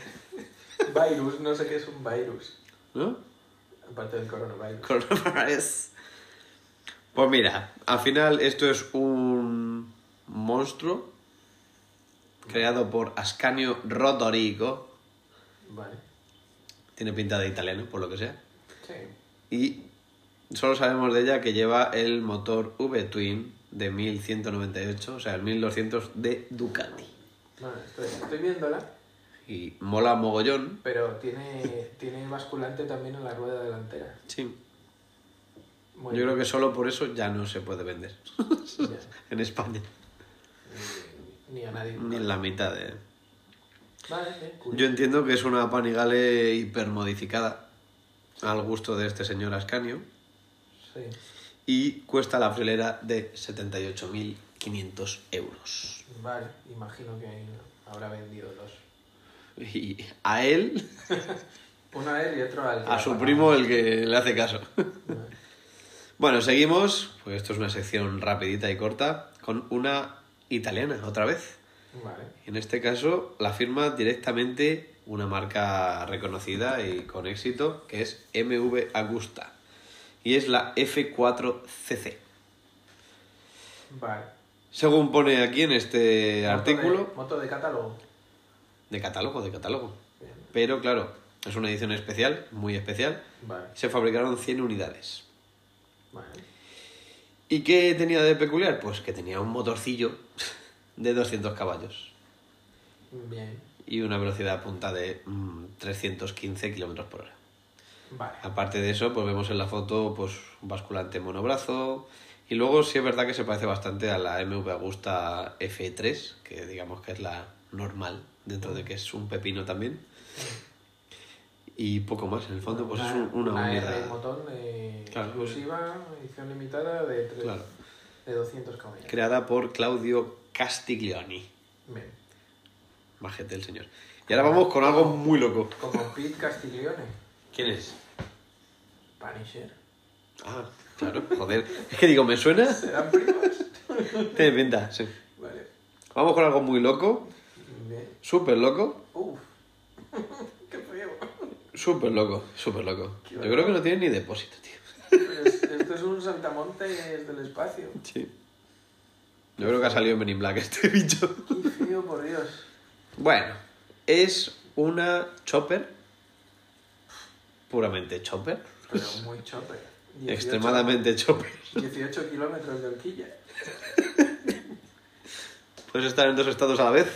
Virus, no sé qué es un virus.
¿No?
Aparte del coronavirus.
Coronavirus. Pues mira, al final esto es un monstruo creado por Ascanio Rotorico.
Vale.
Tiene pinta de italiano, por lo que sea.
Sí.
Y solo sabemos de ella que lleva el motor V-Twin de 1198, o sea, el 1200 de Ducati.
Bueno, estoy, estoy viéndola,
Y mola mogollón.
pero tiene, tiene basculante también en la rueda delantera.
Sí.
Muy
Yo creo que solo por eso ya no se puede vender *laughs*
bien.
en España.
Ni a nadie.
Ni en la mitad de...
Vale, sí, cool.
Yo entiendo que es una Panigale hipermodificada al gusto de este señor Ascanio
Sí.
y cuesta la frilera de 78.500 euros.
Vale, imagino que habrá vendido dos.
Y a él,
Uno a él y otro al. que
a
la
su
pagaba.
primo, el que le hace caso. *laughs*
Vale.
Bueno, seguimos, pues esto es una sección rapidita y corta, con una italiana otra vez.
Vale.
En este caso la firma directamente una marca reconocida y con éxito, que es MV Agusta. Y es la F4CC.
Vale.
Según pone aquí en este
Moto
artículo,
de- moto de catálogo.
de catálogo, de catálogo.
Bien.
Pero claro, es una edición especial, muy especial.
Vale.
Se fabricaron 100 unidades.
Vale.
¿Y qué tenía de peculiar? Pues que tenía un motorcillo *laughs* de 200 caballos
Bien.
y una velocidad punta de mm, 315 kilómetros por hora.
Vale.
Aparte de eso, pues vemos en la foto pues un basculante monobrazo. Y luego sí es verdad que se parece bastante a la MV Agusta F3, que digamos que es la normal, dentro de que es un pepino también. Y poco más, en el fondo pues es un- una
R,
unidad
botón eh,
Claro.
exclusiva, edición limitada de, tres-
Claro.
de 200 caballos.
creada por Claudio Castiglioni.
Bien.
Majete el señor. Y ahora vamos con algo muy loco.
Como Pete Castiglione,
¿Quién es?
Punisher.
Ah, claro, joder. Es que digo, ¿me suena?
¿Serán primos?
Tiene pinta, sí.
vale.
Vamos con algo muy loco,
Bien.
súper loco.
Uf. *laughs* Qué feo.
Súper loco, súper loco.
Qué
Yo
horror.
creo que no tiene ni depósito, tío.
Es- Pues esto es un saltamontes del espacio.
Sí. Yo creo que ha salido en Men in Black este *laughs* bicho.
Qué feo, por Dios.
Bueno, es una chopper. Puramente chopper.
Pero muy chopper. 18
Extremadamente chopper.
18 kilómetros de horquilla.
Puedes estar en dos estados a la vez.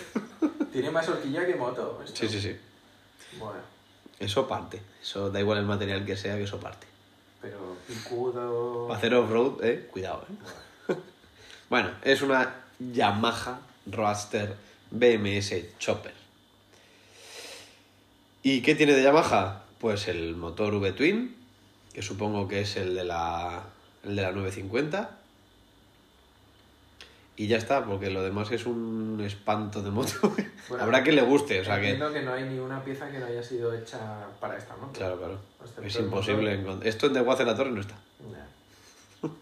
Tiene más horquilla que moto. esto.
Sí, sí, sí.
Bueno.
Eso parte. Eso da igual el material que sea, que eso parte.
Pero picudo.
Para hacer off-road, eh, cuidado, eh. *laughs* Bueno, es una Yamaha Roadster BMS Chopper. ¿Y qué tiene de Yamaha? Pues el motor V-Twin, que supongo que es el de la, el de la 950. Y ya está, porque lo demás es un espanto de moto. *laughs*
Bueno,
Habrá que le guste, o sea que...
Entiendo que no hay ni una pieza que no haya sido hecha para esta moto.
Claro, claro.
Excepto
Es
el
imposible encontrar... Esto en The Guace la Torre no está. *laughs*
Ya.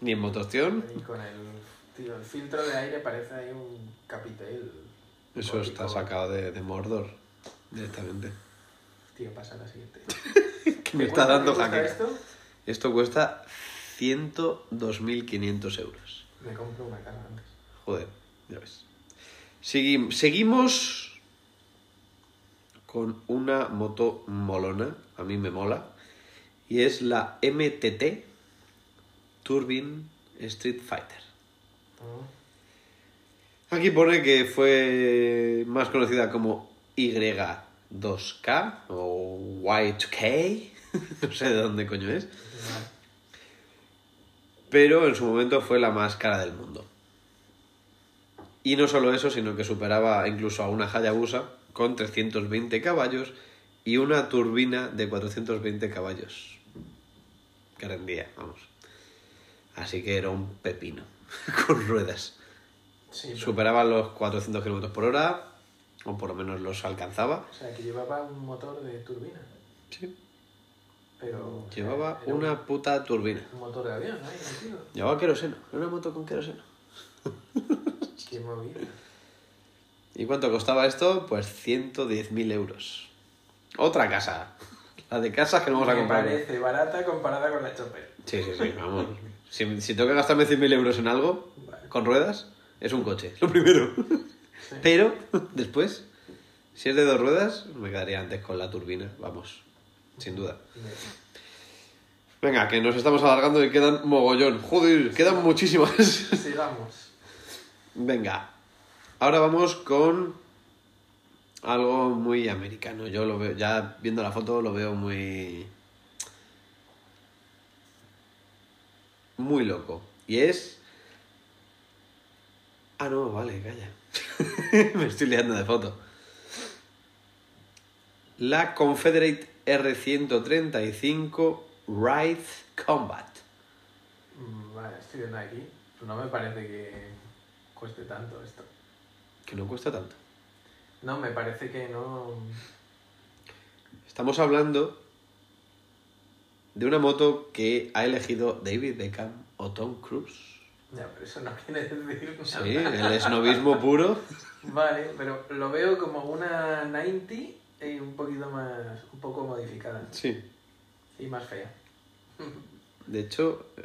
Ni en Motostión.
Y con el, tío, el filtro de aire parece ahí un capitel.
Eso
gótico.
está sacado de, de Mordor, directamente.
Tío, pasa a la siguiente.
Que *laughs* me está
¿Cuánto
dando
te cuesta
jaque.
esto?
Esto cuesta 102.500 euros.
Me compro una cara antes.
Joder, ya ves. Seguim- seguimos con una moto molona, a mí me mola, y es la MTT Turbine Street Fighter.
¿no?
Aquí pone que fue más conocida como Y2K o *laughs* Y2K, no sé de dónde coño es. pero en su momento fue la más cara del mundo. Y no solo eso, sino que superaba incluso a una Hayabusa con 320 caballos y una turbina de 420 caballos. Que rendía, vamos. Así que era un pepino *laughs* con ruedas.
Sí, pero-
Superaba los 400 kilómetros por hora, o por lo menos los alcanzaba.
O sea, que llevaba un motor de turbina. Pero.
Llevaba
era un-
una puta turbina.
Un motor de avión, ¿no? Ahí metido.
Llevaba queroseno, era una moto con queroseno.
Qué movida.
¿Y cuánto costaba esto? Pues 110.000 euros. Otra casa. *laughs* La de casas que no vamos a
Me
comprar.
parece barata comparada con la Chopper.
Sí, sí, sí, vamos. Si, si tengo que gastarme 100.000 euros en algo,
Vale.
con ruedas, es un coche, lo primero. Pero, después, si es de dos ruedas, me quedaría antes con la turbina, vamos, sin duda. Venga, que nos estamos alargando y quedan mogollón. Joder, quedan muchísimas. *laughs*
Sigamos.
Venga, ahora vamos con algo muy americano. Yo lo veo, ya viendo la foto lo veo muy... Muy loco. Y es... Ah, no, vale, calla. *laughs* Me estoy liando de foto. La Confederate R135 Wright Combat.
Mm, Vale, estoy viendo aquí. No me parece que cueste tanto esto.
Que no cuesta tanto.
No, me parece que no.
Estamos hablando de una moto que ha elegido David Beckham o Tom Cruise.
Ya, pero eso no *laughs* quiere decir nada.
Sí, el esnovismo
*laughs*
puro.
Vale, pero lo veo como una 90 y un poquito más. un poco modificada.
Sí.
Y más fea.
De hecho. eh,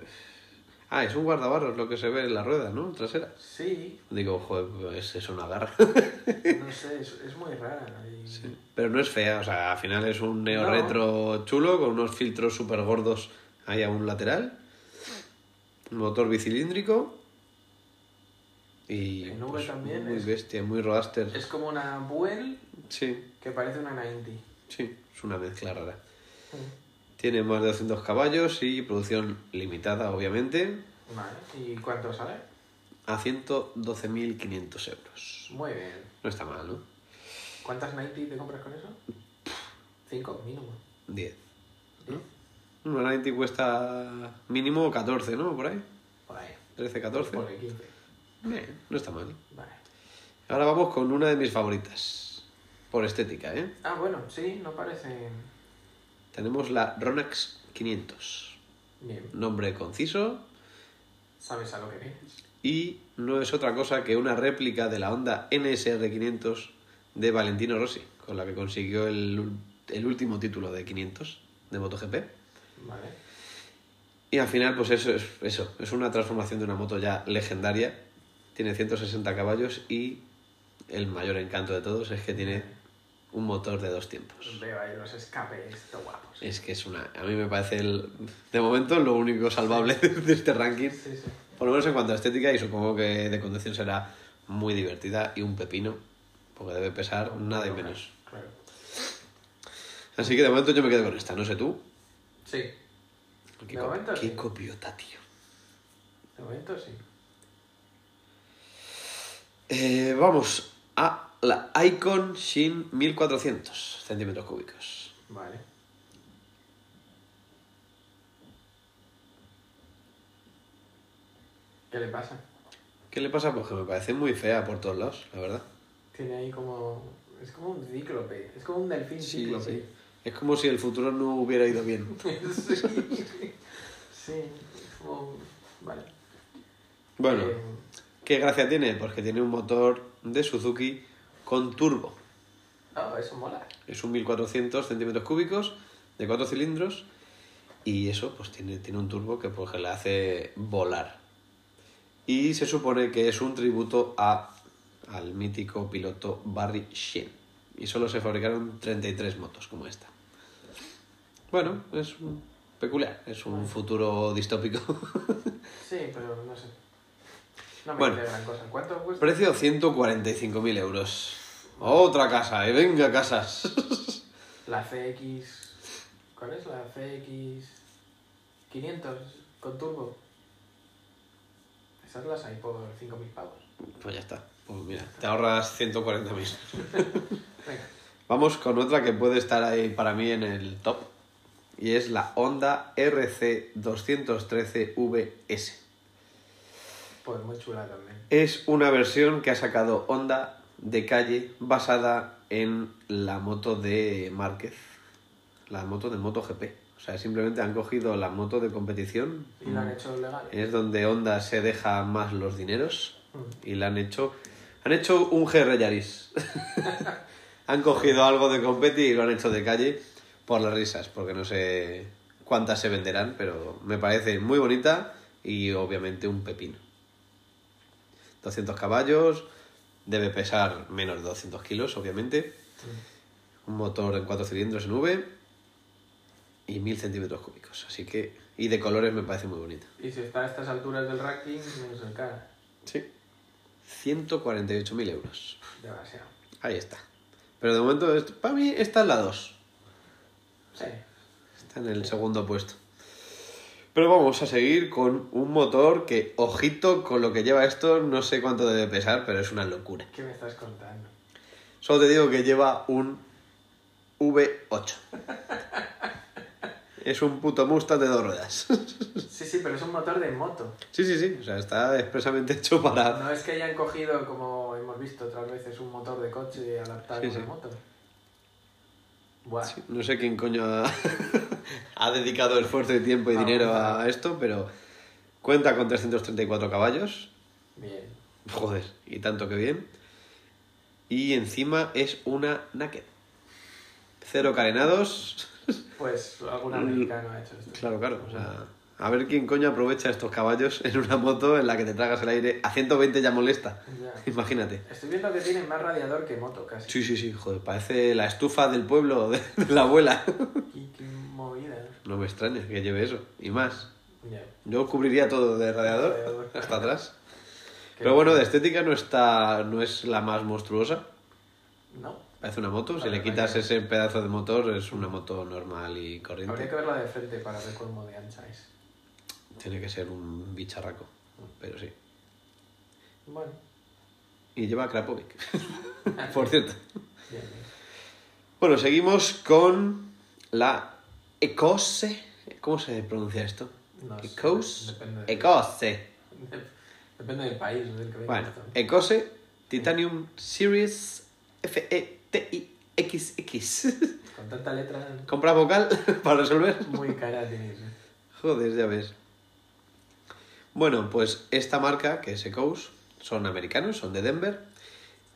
Ah, es un guardabarros lo que se ve en la rueda, ¿no? Trasera.
Sí,
Digo, joder, pues es una garra.
no sé, es, es muy rara. y-
*laughs* Pero no es fea, o sea, al final es un neo
No.
retro chulo con unos filtros súper gordos ahí a un lateral. Motor bicilíndrico. Y. pues,
En V también
Muy
es-
bestia, muy roadster.
Es como una Buell
Sí.
que parece una 90.
Sí, es una mezcla rara. Tiene más de 200 caballos y producción limitada, obviamente,
Vale, ¿y cuánto sale?
a 112.500 euros.
Muy bien.
No está mal, ¿no?
¿Cuántas 90 te compras con eso? Cinco, mínimo.
10. ¿No? Una 90 cuesta mínimo 14, ¿no? Por ahí.
Vale. Por
13, 14.
15.
Bien, no está mal.
Vale.
Ahora vamos con una de mis favoritas. Por estética, ¿eh?
Ah, bueno, sí, no parece.
Tenemos la Ronax 500.
Bien.
Nombre conciso,
Sabes a lo que vienes.
y no es otra cosa que una réplica de la Honda NSR 500 de Valentino Rossi, con la que consiguió el, ul- el último título de 500 de MotoGP.
Vale.
Y al final, pues eso es, eso, es una transformación de una moto ya legendaria. Tiene 160 caballos y el mayor encanto de todos es que tiene un motor de dos tiempos.
Veo ahí los escapes, todo guapos.
Es que es una. A mí me parece, el, de momento, lo único salvable *laughs* de este ranking.
Sí, sí.
Por lo menos en cuanto a estética, y supongo que de conducción será muy divertida y un pepino, porque debe pesar nada y menos.
Claro.
Así que de momento yo me quedo con esta, no sé tú.
Sí,
Qué,
De
co-
momento
qué
sí.
copiota, tío.
de momento sí.
Eh, vamos a la Icon Shin 1400 centímetros cúbicos.
Vale. ¿Qué le pasa?
¿Qué le pasa? Porque me parece muy fea por todos lados, la verdad.
Tiene ahí como. Es como un cíclope. Es como un delfín cíclope.
Es como si el futuro no hubiera ido bien.
Sí. *laughs* sí. es como. Vale.
Bueno,
Eh,
¿qué gracia tiene? Porque tiene un motor de Suzuki con turbo.
ah, eso mola.
Es un 1400 centímetros cúbicos de cuatro cilindros y eso pues tiene, tiene un turbo que pues que la hace volar. Y se supone que es un tributo a, al mítico piloto Barry Sheen. Y solo se fabricaron 33 motos como esta. Bueno, es un- peculiar, es un futuro distópico. *laughs*
Sí, pero no sé. No me
Bueno.
parece gran cosa. ¿Cuánto cuesta?
Precio 145.000 euros. Otra casa, ¿eh? Venga, casas. *laughs*
La CX. ¿Cuál es la CX? 500 con turbo. Esas las hay por 5.000 pavos.
Pues ya está. Pues mira, te ahorras 140.000.
Venga.
Vamos con otra que puede estar ahí para mí en el top. Y es la Honda RC213VS.
Pues muy chula también.
Es una versión que ha sacado Honda de calle basada en la moto de Márquez. La moto de MotoGP. O sea, simplemente han cogido la moto de competición.
Y la han hecho legal.
Es donde Honda se deja más los dineros. Y la han hecho... Han hecho un GR Yaris. *laughs* han cogido algo de competi y lo han hecho de calle por las risas. Porque no sé cuántas se venderán, pero me parece muy bonita y obviamente un pepino. 200 caballos, debe pesar menos de 200 kilos, obviamente. Un motor en 4 cilindros en V y 1000 centímetros cúbicos. Así que, y de colores me parece muy bonita.
Y si está a estas alturas del ranking, menos el cara.
Sí. 148.000 euros.
Demasiado.
Ahí está. Pero de momento, esto- para mí, esta es la 2.
Sí.
Está en el segundo puesto. Pero vamos a seguir con un motor que, ojito con lo que lleva esto, no sé cuánto debe pesar, pero es una locura.
¿Qué me estás contando?
Solo te digo que lleva un V8. es un puto Mustang de dos ruedas. *laughs*
Sí, sí, pero es un motor de moto.
sí, sí, sí. O sea, está expresamente hecho para...
No es que hayan cogido, como hemos visto otras veces, un motor de coche y adaptado
Sí,
a una
sí.
moto. Buah.
Sí, No sé quién coño ha, *laughs* ha dedicado esfuerzo y tiempo y
Vamos,
dinero
vamos.
a esto, pero cuenta con 334 caballos.
Bien.
Joder, y tanto que bien. Y encima es una naked. Cero carenados.
Pues algún
Mm.
americano ha hecho esto.
Claro, claro. O sea, a ver quién coño aprovecha estos caballos en una moto en la que te tragas el aire. A 120 ya molesta.
Ya.
Imagínate.
Estoy viendo que tienen más radiador que moto casi.
Sí, sí, sí, joder, parece la estufa del pueblo de, de la abuela.
Y qué movida. ¿eh?
No me extraña que lleve eso. Y más.
Ya.
Yo cubriría todo de radiador
Radiador.
hasta atrás.
Qué
Pero bueno, de este estética no está. no es la más monstruosa.
No.
Parece una moto. Si
Vale,
le quitas
vale.
ese pedazo de motor, es una moto normal y
Habría
corriente.
que verla de frente para ver cómo de ancha es.
Tiene que ser un bicharraco. Pero sí.
Bueno.
Y lleva Krapovic. *laughs* Por cierto.
Bien, bien.
Bueno, seguimos con la Ecose. ¿Cómo se pronuncia esto?
No sé,
Ecose.
depende de-
Ecose.
Depende del país del que venga
Bueno,
esto.
Ecose Titanium Series E FETIXX.
Con tanta letra
*laughs* Compra vocal *laughs* para resolver.
muy cara tienes. ¿eh?
Joder, ya ves. Bueno, pues esta marca, que es Ecouse, son americanos, son de Denver.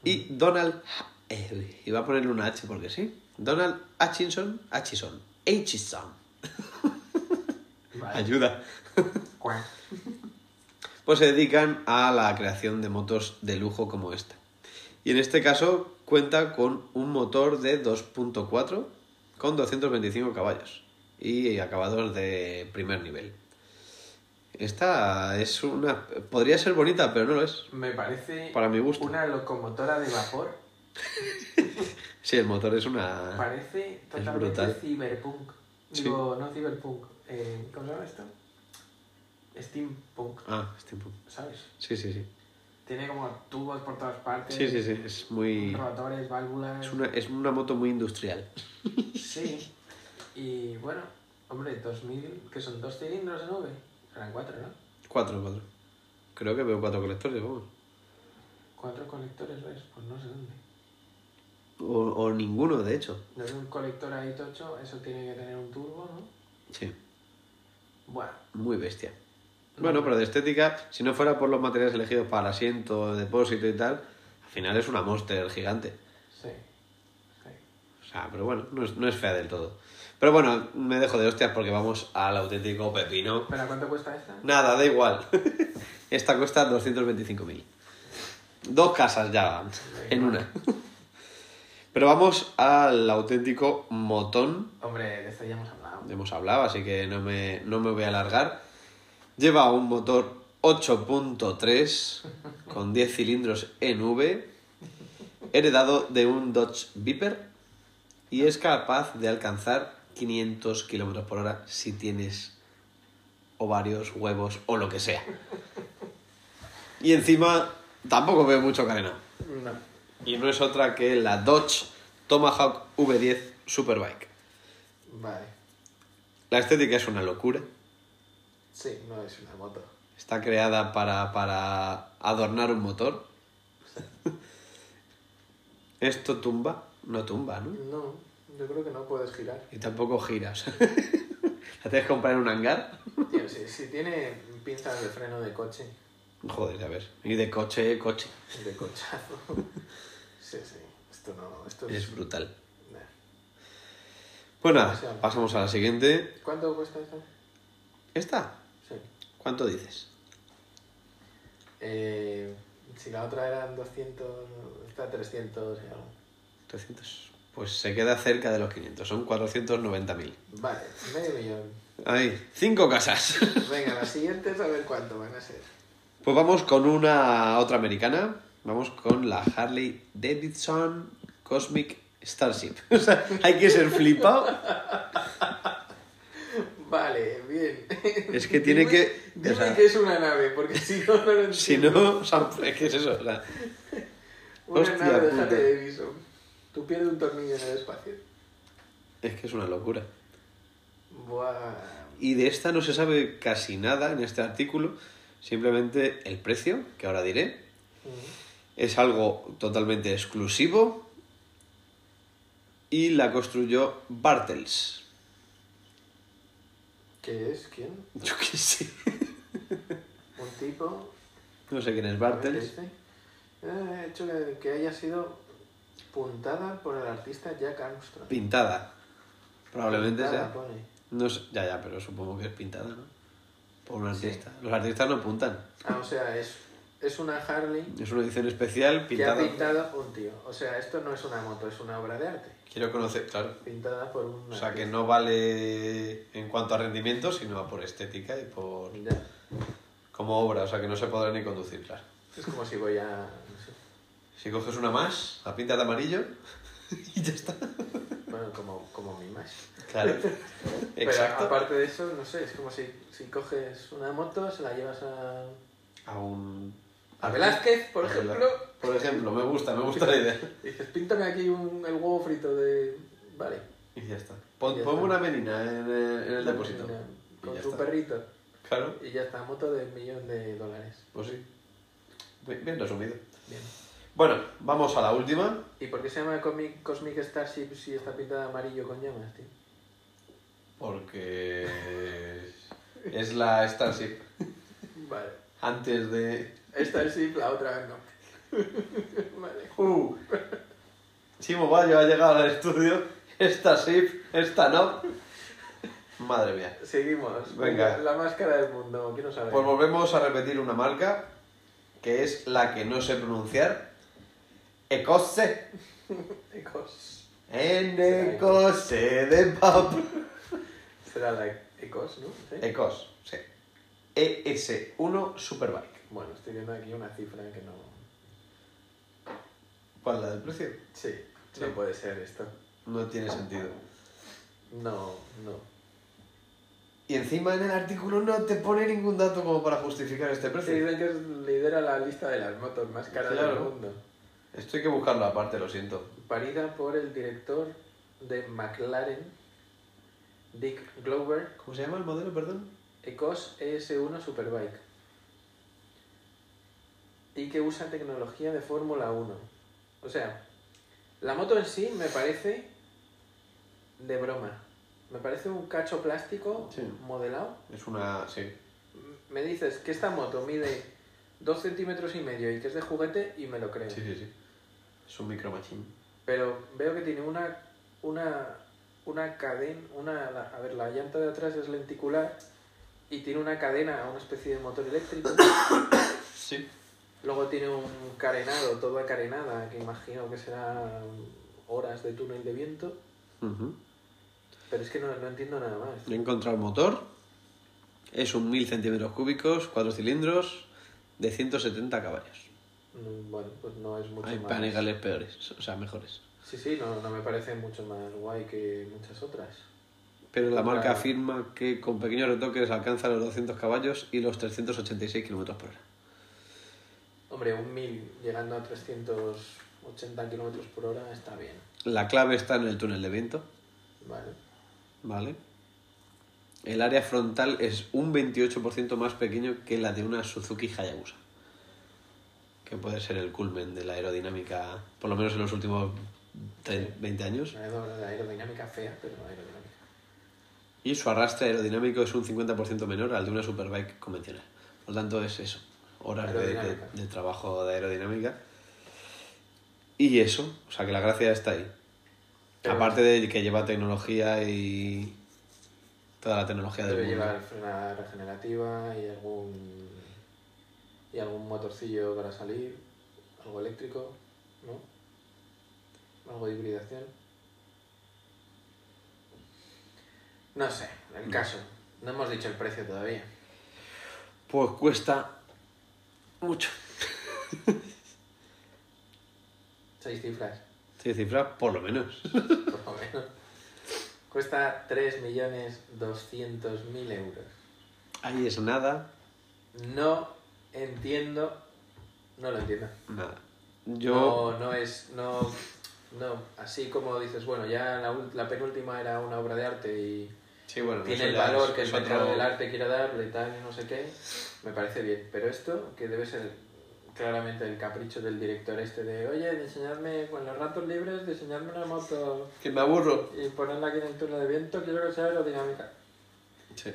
Y Donald. Ha- eh, iba a ponerle una H porque sí. Donald Hutchinson. Hutchison. Hutchison.
Vale.
Ayuda.
Cuac.
Pues se dedican a la creación de motos de lujo como esta. Y en este caso cuenta con un motor de 2.4 con 225 caballos y acabados de primer nivel. Esta es una... Podría ser bonita, pero no lo es.
Me parece
Para mi gusto.
una locomotora de vapor.
Sí, el motor es una...
Parece
brutal.
totalmente cyberpunk.
Sí.
Digo, no cyberpunk. eh, ¿Cómo se llama esto? Steampunk,
Ah, es tiempo.
¿sabes?
Sí, sí, sí.
Tiene como tubos por todas partes.
Sí, sí, sí. Es muy...
Rotores, válvulas.
Es una, es una moto muy industrial.
Sí. Y bueno, hombre, 2000, que son dos cilindros en V. Eran cuatro, ¿no?
Cuatro, cuatro. Creo que veo cuatro colectores, vamos.
Cuatro colectores, ¿ves? Pues no sé dónde.
O, o ninguno, de hecho.
Desde un colector ahí tocho, eso tiene que tener un turbo, ¿no?
Sí.
Bueno,
Muy bestia. Bueno, pero de estética, si no fuera por los materiales elegidos para asiento, depósito y tal, al final es una monster gigante.
sí. sí.
O sea, pero bueno, no es, no es fea del todo. Pero bueno, me dejo de hostias porque vamos al auténtico pepino.
¿Pero cuánto cuesta esta?
Nada, da igual. *laughs* Esta cuesta 225.000. Dos casas ya en una. Pero vamos al auténtico motón
Hombre, de esta ya hemos hablado.
hemos hablado, así que no me, no me voy a alargar. Lleva un motor 8.3 con 10 cilindros en V, heredado de un Dodge Viper y es capaz de alcanzar 500 km por hora si tienes ovarios, huevos o lo que sea. Y encima tampoco veo mucho carena.
No.
Y no es otra que la Dodge Tomahawk V10 Superbike.
Vale.
La estética es una locura.
Sí, no es una moto.
Está creada para, para adornar un motor. Esto tumba, no tumba, ¿no?
No, yo creo que no puedes girar.
Y tampoco giras. ¿La tienes que comprar en un hangar?
Tío, si, si tiene pinzas de freno de coche,
Joder, a ver. Y de coche, coche.
de *laughs* cochazo. Sí, sí. Esto no. Esto es.
Es brutal.
Nah.
Bueno, nada, pasamos a la siguiente.
¿Cuánto cuesta esto?
¿Esta?
Sí.
¿Cuánto dices?
Eh, si la otra eran 200, está 300 y algo.
300. Pues se queda cerca de los 500. Son 490.000.
Vale, medio millón.
Ahí, cinco casas.
Venga, las siguientes a ver cuánto van a ser.
Pues vamos con una otra americana. Vamos con la Harley Davidson Cosmic Starship. *laughs* O sea, hay que ser flipado.
Vale, bien.
Es que tiene
Dime-
que-
Dime
o sea-
que es una nave, porque *laughs* si no, no lo entiendo.
Si no, o sea, ¿qué es eso? O sea,
Una
hostia
nave de
puta.
Harley Davidson. Tú pierdes un tornillo en el espacio.
es que es una locura.
Buah.
Y de esta no se sabe casi nada en este artículo. Simplemente el precio, que ahora diré. Es algo totalmente exclusivo. Y la construyó Bartels. *laughs*
¿Qué es? ¿Quién?
Yo qué sé.
¿Un tipo?
No sé quién es
¿Qué
Bartels.
dice? Eh, hecho que, que haya sido puntada por el artista Jack Armstrong.
Pintada. Probablemente
Puntada,
sea.
pone.
No sé- Ya, ya, pero supongo que es pintada, ¿no? Por un artista. Los artistas no apuntan.
Ah, o sea, es, es una Harley
Es una edición especial
que
pintada.
ha pintado un tío. O sea, esto no es una moto, es una obra de arte.
Quiero conocer, claro.
Pintada por un
O sea, que
artista.
no vale en cuanto a rendimiento, sino por estética y por...
Ya.
como obra. O sea, que no se podrá ni conducir, claro.
Es como si voy a... no sé.
Si coges una más, la pintas de amarillo *laughs* y ya está.
Bueno, como, como mi más.
Claro.
Pero
Exacto.
aparte de eso, no sé, es como si, si coges una moto, se la llevas a,
A un...
a Velázquez, por
A Velázquez.
ejemplo,
Por ejemplo, me gusta, me gusta la idea.
y dices, píntame aquí un, el huevo frito de... Vale.
Y ya está. Pon,
Y ya
ponme
está.
una menina en el, en el depósito.
Una-
Y
Con
ya
su
está.
perrito.
Claro,
Y ya está, moto de un millón de dólares.
pues sí. Bien, bien resumido.
Bien.
Bueno, vamos a la última.
¿Y por qué se llama Cosmic, Cosmic Starship si está pintada de amarillo con llamas, tío?
Porque es la Starship.
Vale.
Antes de...
Starship, la otra no. *laughs* vale.
Uh. Chimo Bayo ha llegado al estudio. Esta sí, esta no. Madre mía.
Seguimos.
Venga.
La, la máscara del mundo, quiero saber.
Pues volvemos a repetir una marca que es la que no sé pronunciar. Ecose.
Ecos.
En Ecose de pap.
Será la Ecos, ¿no? ¿Sí?
Ecos, sí. ES1 Superbike.
Bueno, estoy viendo aquí una cifra que no...
¿Cuál es la del precio?
Sí, no
Sí.
puede ser esto.
No tiene sentido.
No, no.
Y encima en el artículo no te pone ningún dato como para justificar este
Se
precio.
dicen que es- lidera la lista de las motos más caras del
Claro.
mundo.
Esto hay que buscarlo aparte, lo siento.
Parida por el director de McLaren, Dick Glover,
¿Cómo se llama el modelo, perdón?
Ecos ES1 Superbike. Y que usa tecnología de Fórmula 1. O sea, la moto en sí me parece de broma. Me parece un cacho plástico
Sí.
modelado.
Es una. Sí.
Me dices que esta moto mide 2 centímetros y medio y que es de juguete y me lo creo.
Sí, sí, sí. Es un micromachín.
Pero veo que tiene una, una, una cadena, una, la- a ver, la llanta de atrás es lenticular y tiene una cadena a una especie de motor eléctrico.
Sí.
Luego tiene un carenado, toda carenada, que imagino que será horas de túnel de viento. Pero es que no, no entiendo nada más.
He encontrado el motor. Es un 1000 centímetros cúbicos, cuatro cilindros, de 170 caballos.
Mm, Bueno, pues no es mucho
Hay
más.
panigales peores, o sea, mejores.
Sí, sí, no, no me parece mucho más guay que muchas otras.
Pero la marca
Claro.
afirma que con pequeños retoques alcanza los 200 caballos y los 386 kilómetros por hora.
Hombre, un 1000 llegando a 380 kilómetros por hora está bien.
La clave está en el túnel de viento,
Vale.
¿vale? El área frontal es un 28% más pequeño que la de una Suzuki Hayabusa, que puede ser el culmen de la aerodinámica, por lo menos en los últimos 30, 20 años.
Una aer- aerodinámica fea, pero aerodinámica.
Y su arrastre aerodinámico es un 50% menor al de una superbike convencional. Por lo tanto, es eso. Horas de, de-
Aerodinámica.
de trabajo de aerodinámica. Y eso, o sea que la gracia está ahí.
Pero-
Aparte de que lleva tecnología y toda la tecnología del
Debe
mundo.
llevar frenada regenerativa y algún y algún motorcillo para salir, algo eléctrico, ¿no? Algo de hibridación. No sé,
Mm.
el caso. No hemos dicho el precio todavía.
Pues cuesta mucho.
Seis cifras,
Seis cifras, por lo menos.
por lo menos. Cuesta 3.200.000 euros.
Ahí es nada,
No entiendo. No lo entiendo.
nada. Yo.
No, no es. No, no, así como dices, bueno, ya la, ul- la penúltima era una obra de arte y
sí, bueno,
tiene
eso
el
ya
valor
es-
que el
es
mercado
otro-
del arte quiere darle y tal, y no sé qué, me parece bien. Pero esto, que debe ser claramente el capricho del director este de, oye, diseñadme con los ratos libres, diseñadme una moto
Que me aburro.
y ponerla aquí en el turno de viento, quiero que sea aerodinámica.
Sí.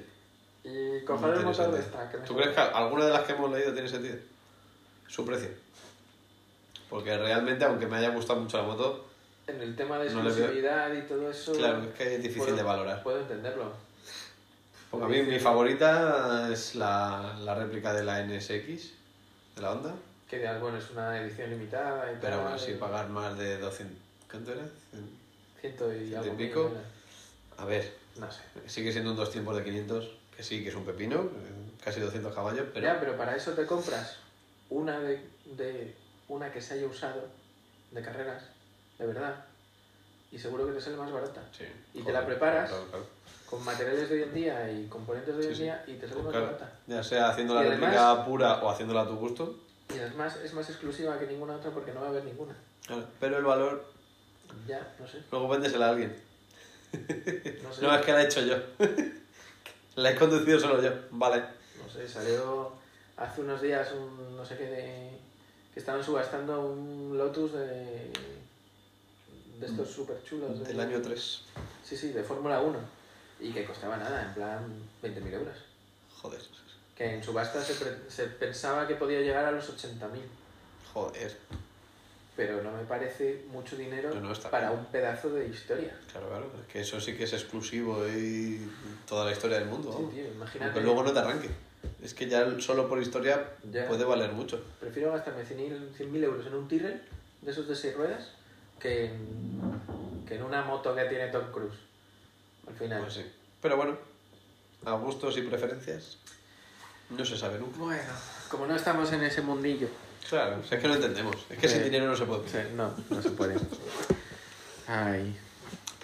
Y coger el motor de esta. Que me
¿Tú
sobra".
crees que alguna de las que hemos leído tiene sentido? Su precio. Porque realmente, aunque me haya gustado mucho la moto,
En el tema de
No le veo-
exclusividad y todo eso...
claro, es que es difícil
puedo-
de valorar.
Puedo entenderlo. Pues
Porque a mí mi favorita es la, la réplica de la NSX, de la Honda.
Que digas, bueno, es una edición limitada y tal. eh,
Pero aún así
y-
pagar más de 200... ¿Cuánto era? Cien-
Ciento y
Ciento y
algo mil,
pico.
¿verdad?
A ver,
No sé.
sigue siendo un dos tiempos de 500, que sí, que es un pepino, eh, casi 200 caballos, pero...
Ya, pero para eso te compras una de, de una que se haya usado de carreras, de verdad. Y seguro que te sale más barata.
Sí,
Y te
joder,
la preparas.
claro, claro.
Con materiales de hoy en día y componentes de hoy
Sí,
en
sí.
día y te sale más
Claro,
barata.
Ya sea haciendo la
Y además-
réplica pura o haciéndola a tu gusto,
Y además es más exclusiva que ninguna otra porque no va a haber ninguna.
claro, pero el valor
Ya, no sé.
luego véndesela a alguien.
No sé.
*laughs* No, es que la he hecho yo. la he conducido solo yo. Vale.
No sé, salió hace unos días un no sé qué de- que estaban subastando un Lotus de, de estos súper chulos.
Mm. Del año 3.
Sí, sí, de Fórmula 1. Y que costaba nada, en plan 20.000 euros.
Joder.
Que en subasta se, pre- se pensaba que podía llegar a los 80.000.
Joder.
Pero no me parece mucho dinero
No, no, está
para
bien.
un pedazo de historia.
Claro, claro. Es que eso sí que es exclusivo y toda la historia del mundo.
Sí,
vamos.
tío, imagínate.
Aunque luego no te arranque. Es que ya solo por historia
Ya.
puede valer mucho.
Prefiero gastarme 100.000 100.000 euros en un Tyrrell de esos de 6 ruedas que en, que en una moto que tiene Tom Cruise. Al final.
Pues sí. Pero bueno, a gustos y preferencias no se sabe nunca.
Bueno, como no estamos en ese mundillo.
Claro, o sea, es que no entendemos. Es que
Sí.
sin dinero no se puede. vivir.
No, no se puede. Ay.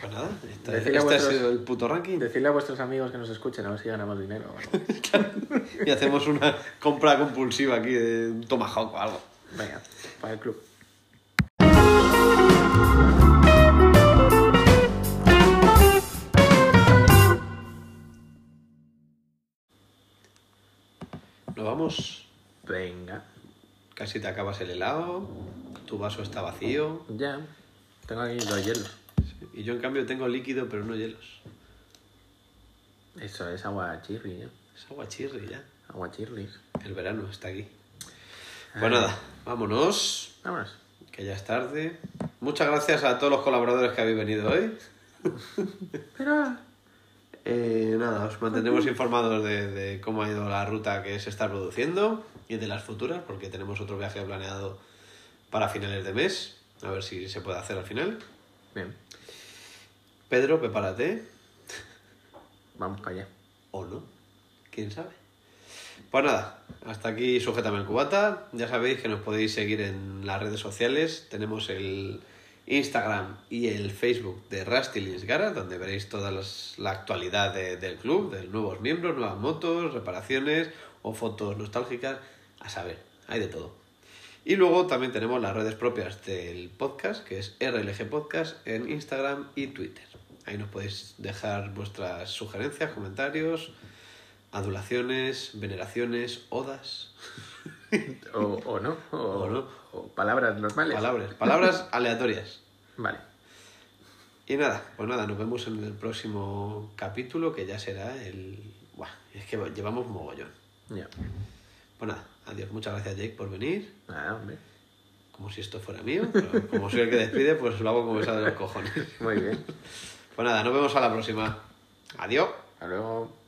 Pues nada, este,
Decirle a
este ha
vuestros-
sido el puto ranking.
Decirle a vuestros amigos que nos escuchen a ver si ganamos dinero. o algo.
Y hacemos una compra compulsiva aquí de un tomahawk o algo.
Venga, para el club.
Nos vamos.
Venga.
Casi te acabas el helado, tu vaso está vacío
Ya. Tengo aquí dos hielos.
y yo en cambio tengo líquido pero no hielos.
Eso es agua chirri, ¿eh?
Es agua chirri ya.
Agua chirri.
El verano está aquí. Pues nada, vámonos,
Vámonos.
que ya es tarde. Muchas gracias a todos los colaboradores que habéis venido hoy.
Pero...
Eh, nada, os mantendremos informados de, de cómo ha ido la ruta que se está produciendo y de las futuras, porque tenemos otro viaje planeado para finales de mes. A ver si se puede hacer al final.
Bien.
Pedro, prepárate.
Vamos para allá.
O no. ¿Quién sabe? Pues nada, hasta aquí Sujétame el Cubata. Ya sabéis que nos podéis seguir en las redes sociales. Tenemos el Instagram y el Facebook de Rusty Linsgara, donde veréis toda las- la actualidad de- del club, de nuevos miembros, nuevas motos, reparaciones o fotos nostálgicas. A saber, hay de todo. Y luego también tenemos las redes propias del podcast, que es RLG Podcast en Instagram y Twitter. Ahí nos podéis dejar vuestras sugerencias, comentarios, adulaciones, veneraciones, odas,
O, o no, o,
O no.
o palabras normales.
palabras, palabras aleatorias.
Vale.
Y nada, pues nada, nos vemos en el próximo capítulo que ya será el... Buah, es que llevamos mogollón.
Ya.
Pues nada, adiós, muchas gracias Jake por venir,
Nada, Ah, hombre.
como si esto fuera mío, pero como soy el que despide, pues lo hago como esa de los cojones.
Muy bien.
Pues nada, nos vemos a la próxima. Adiós.
Hasta luego.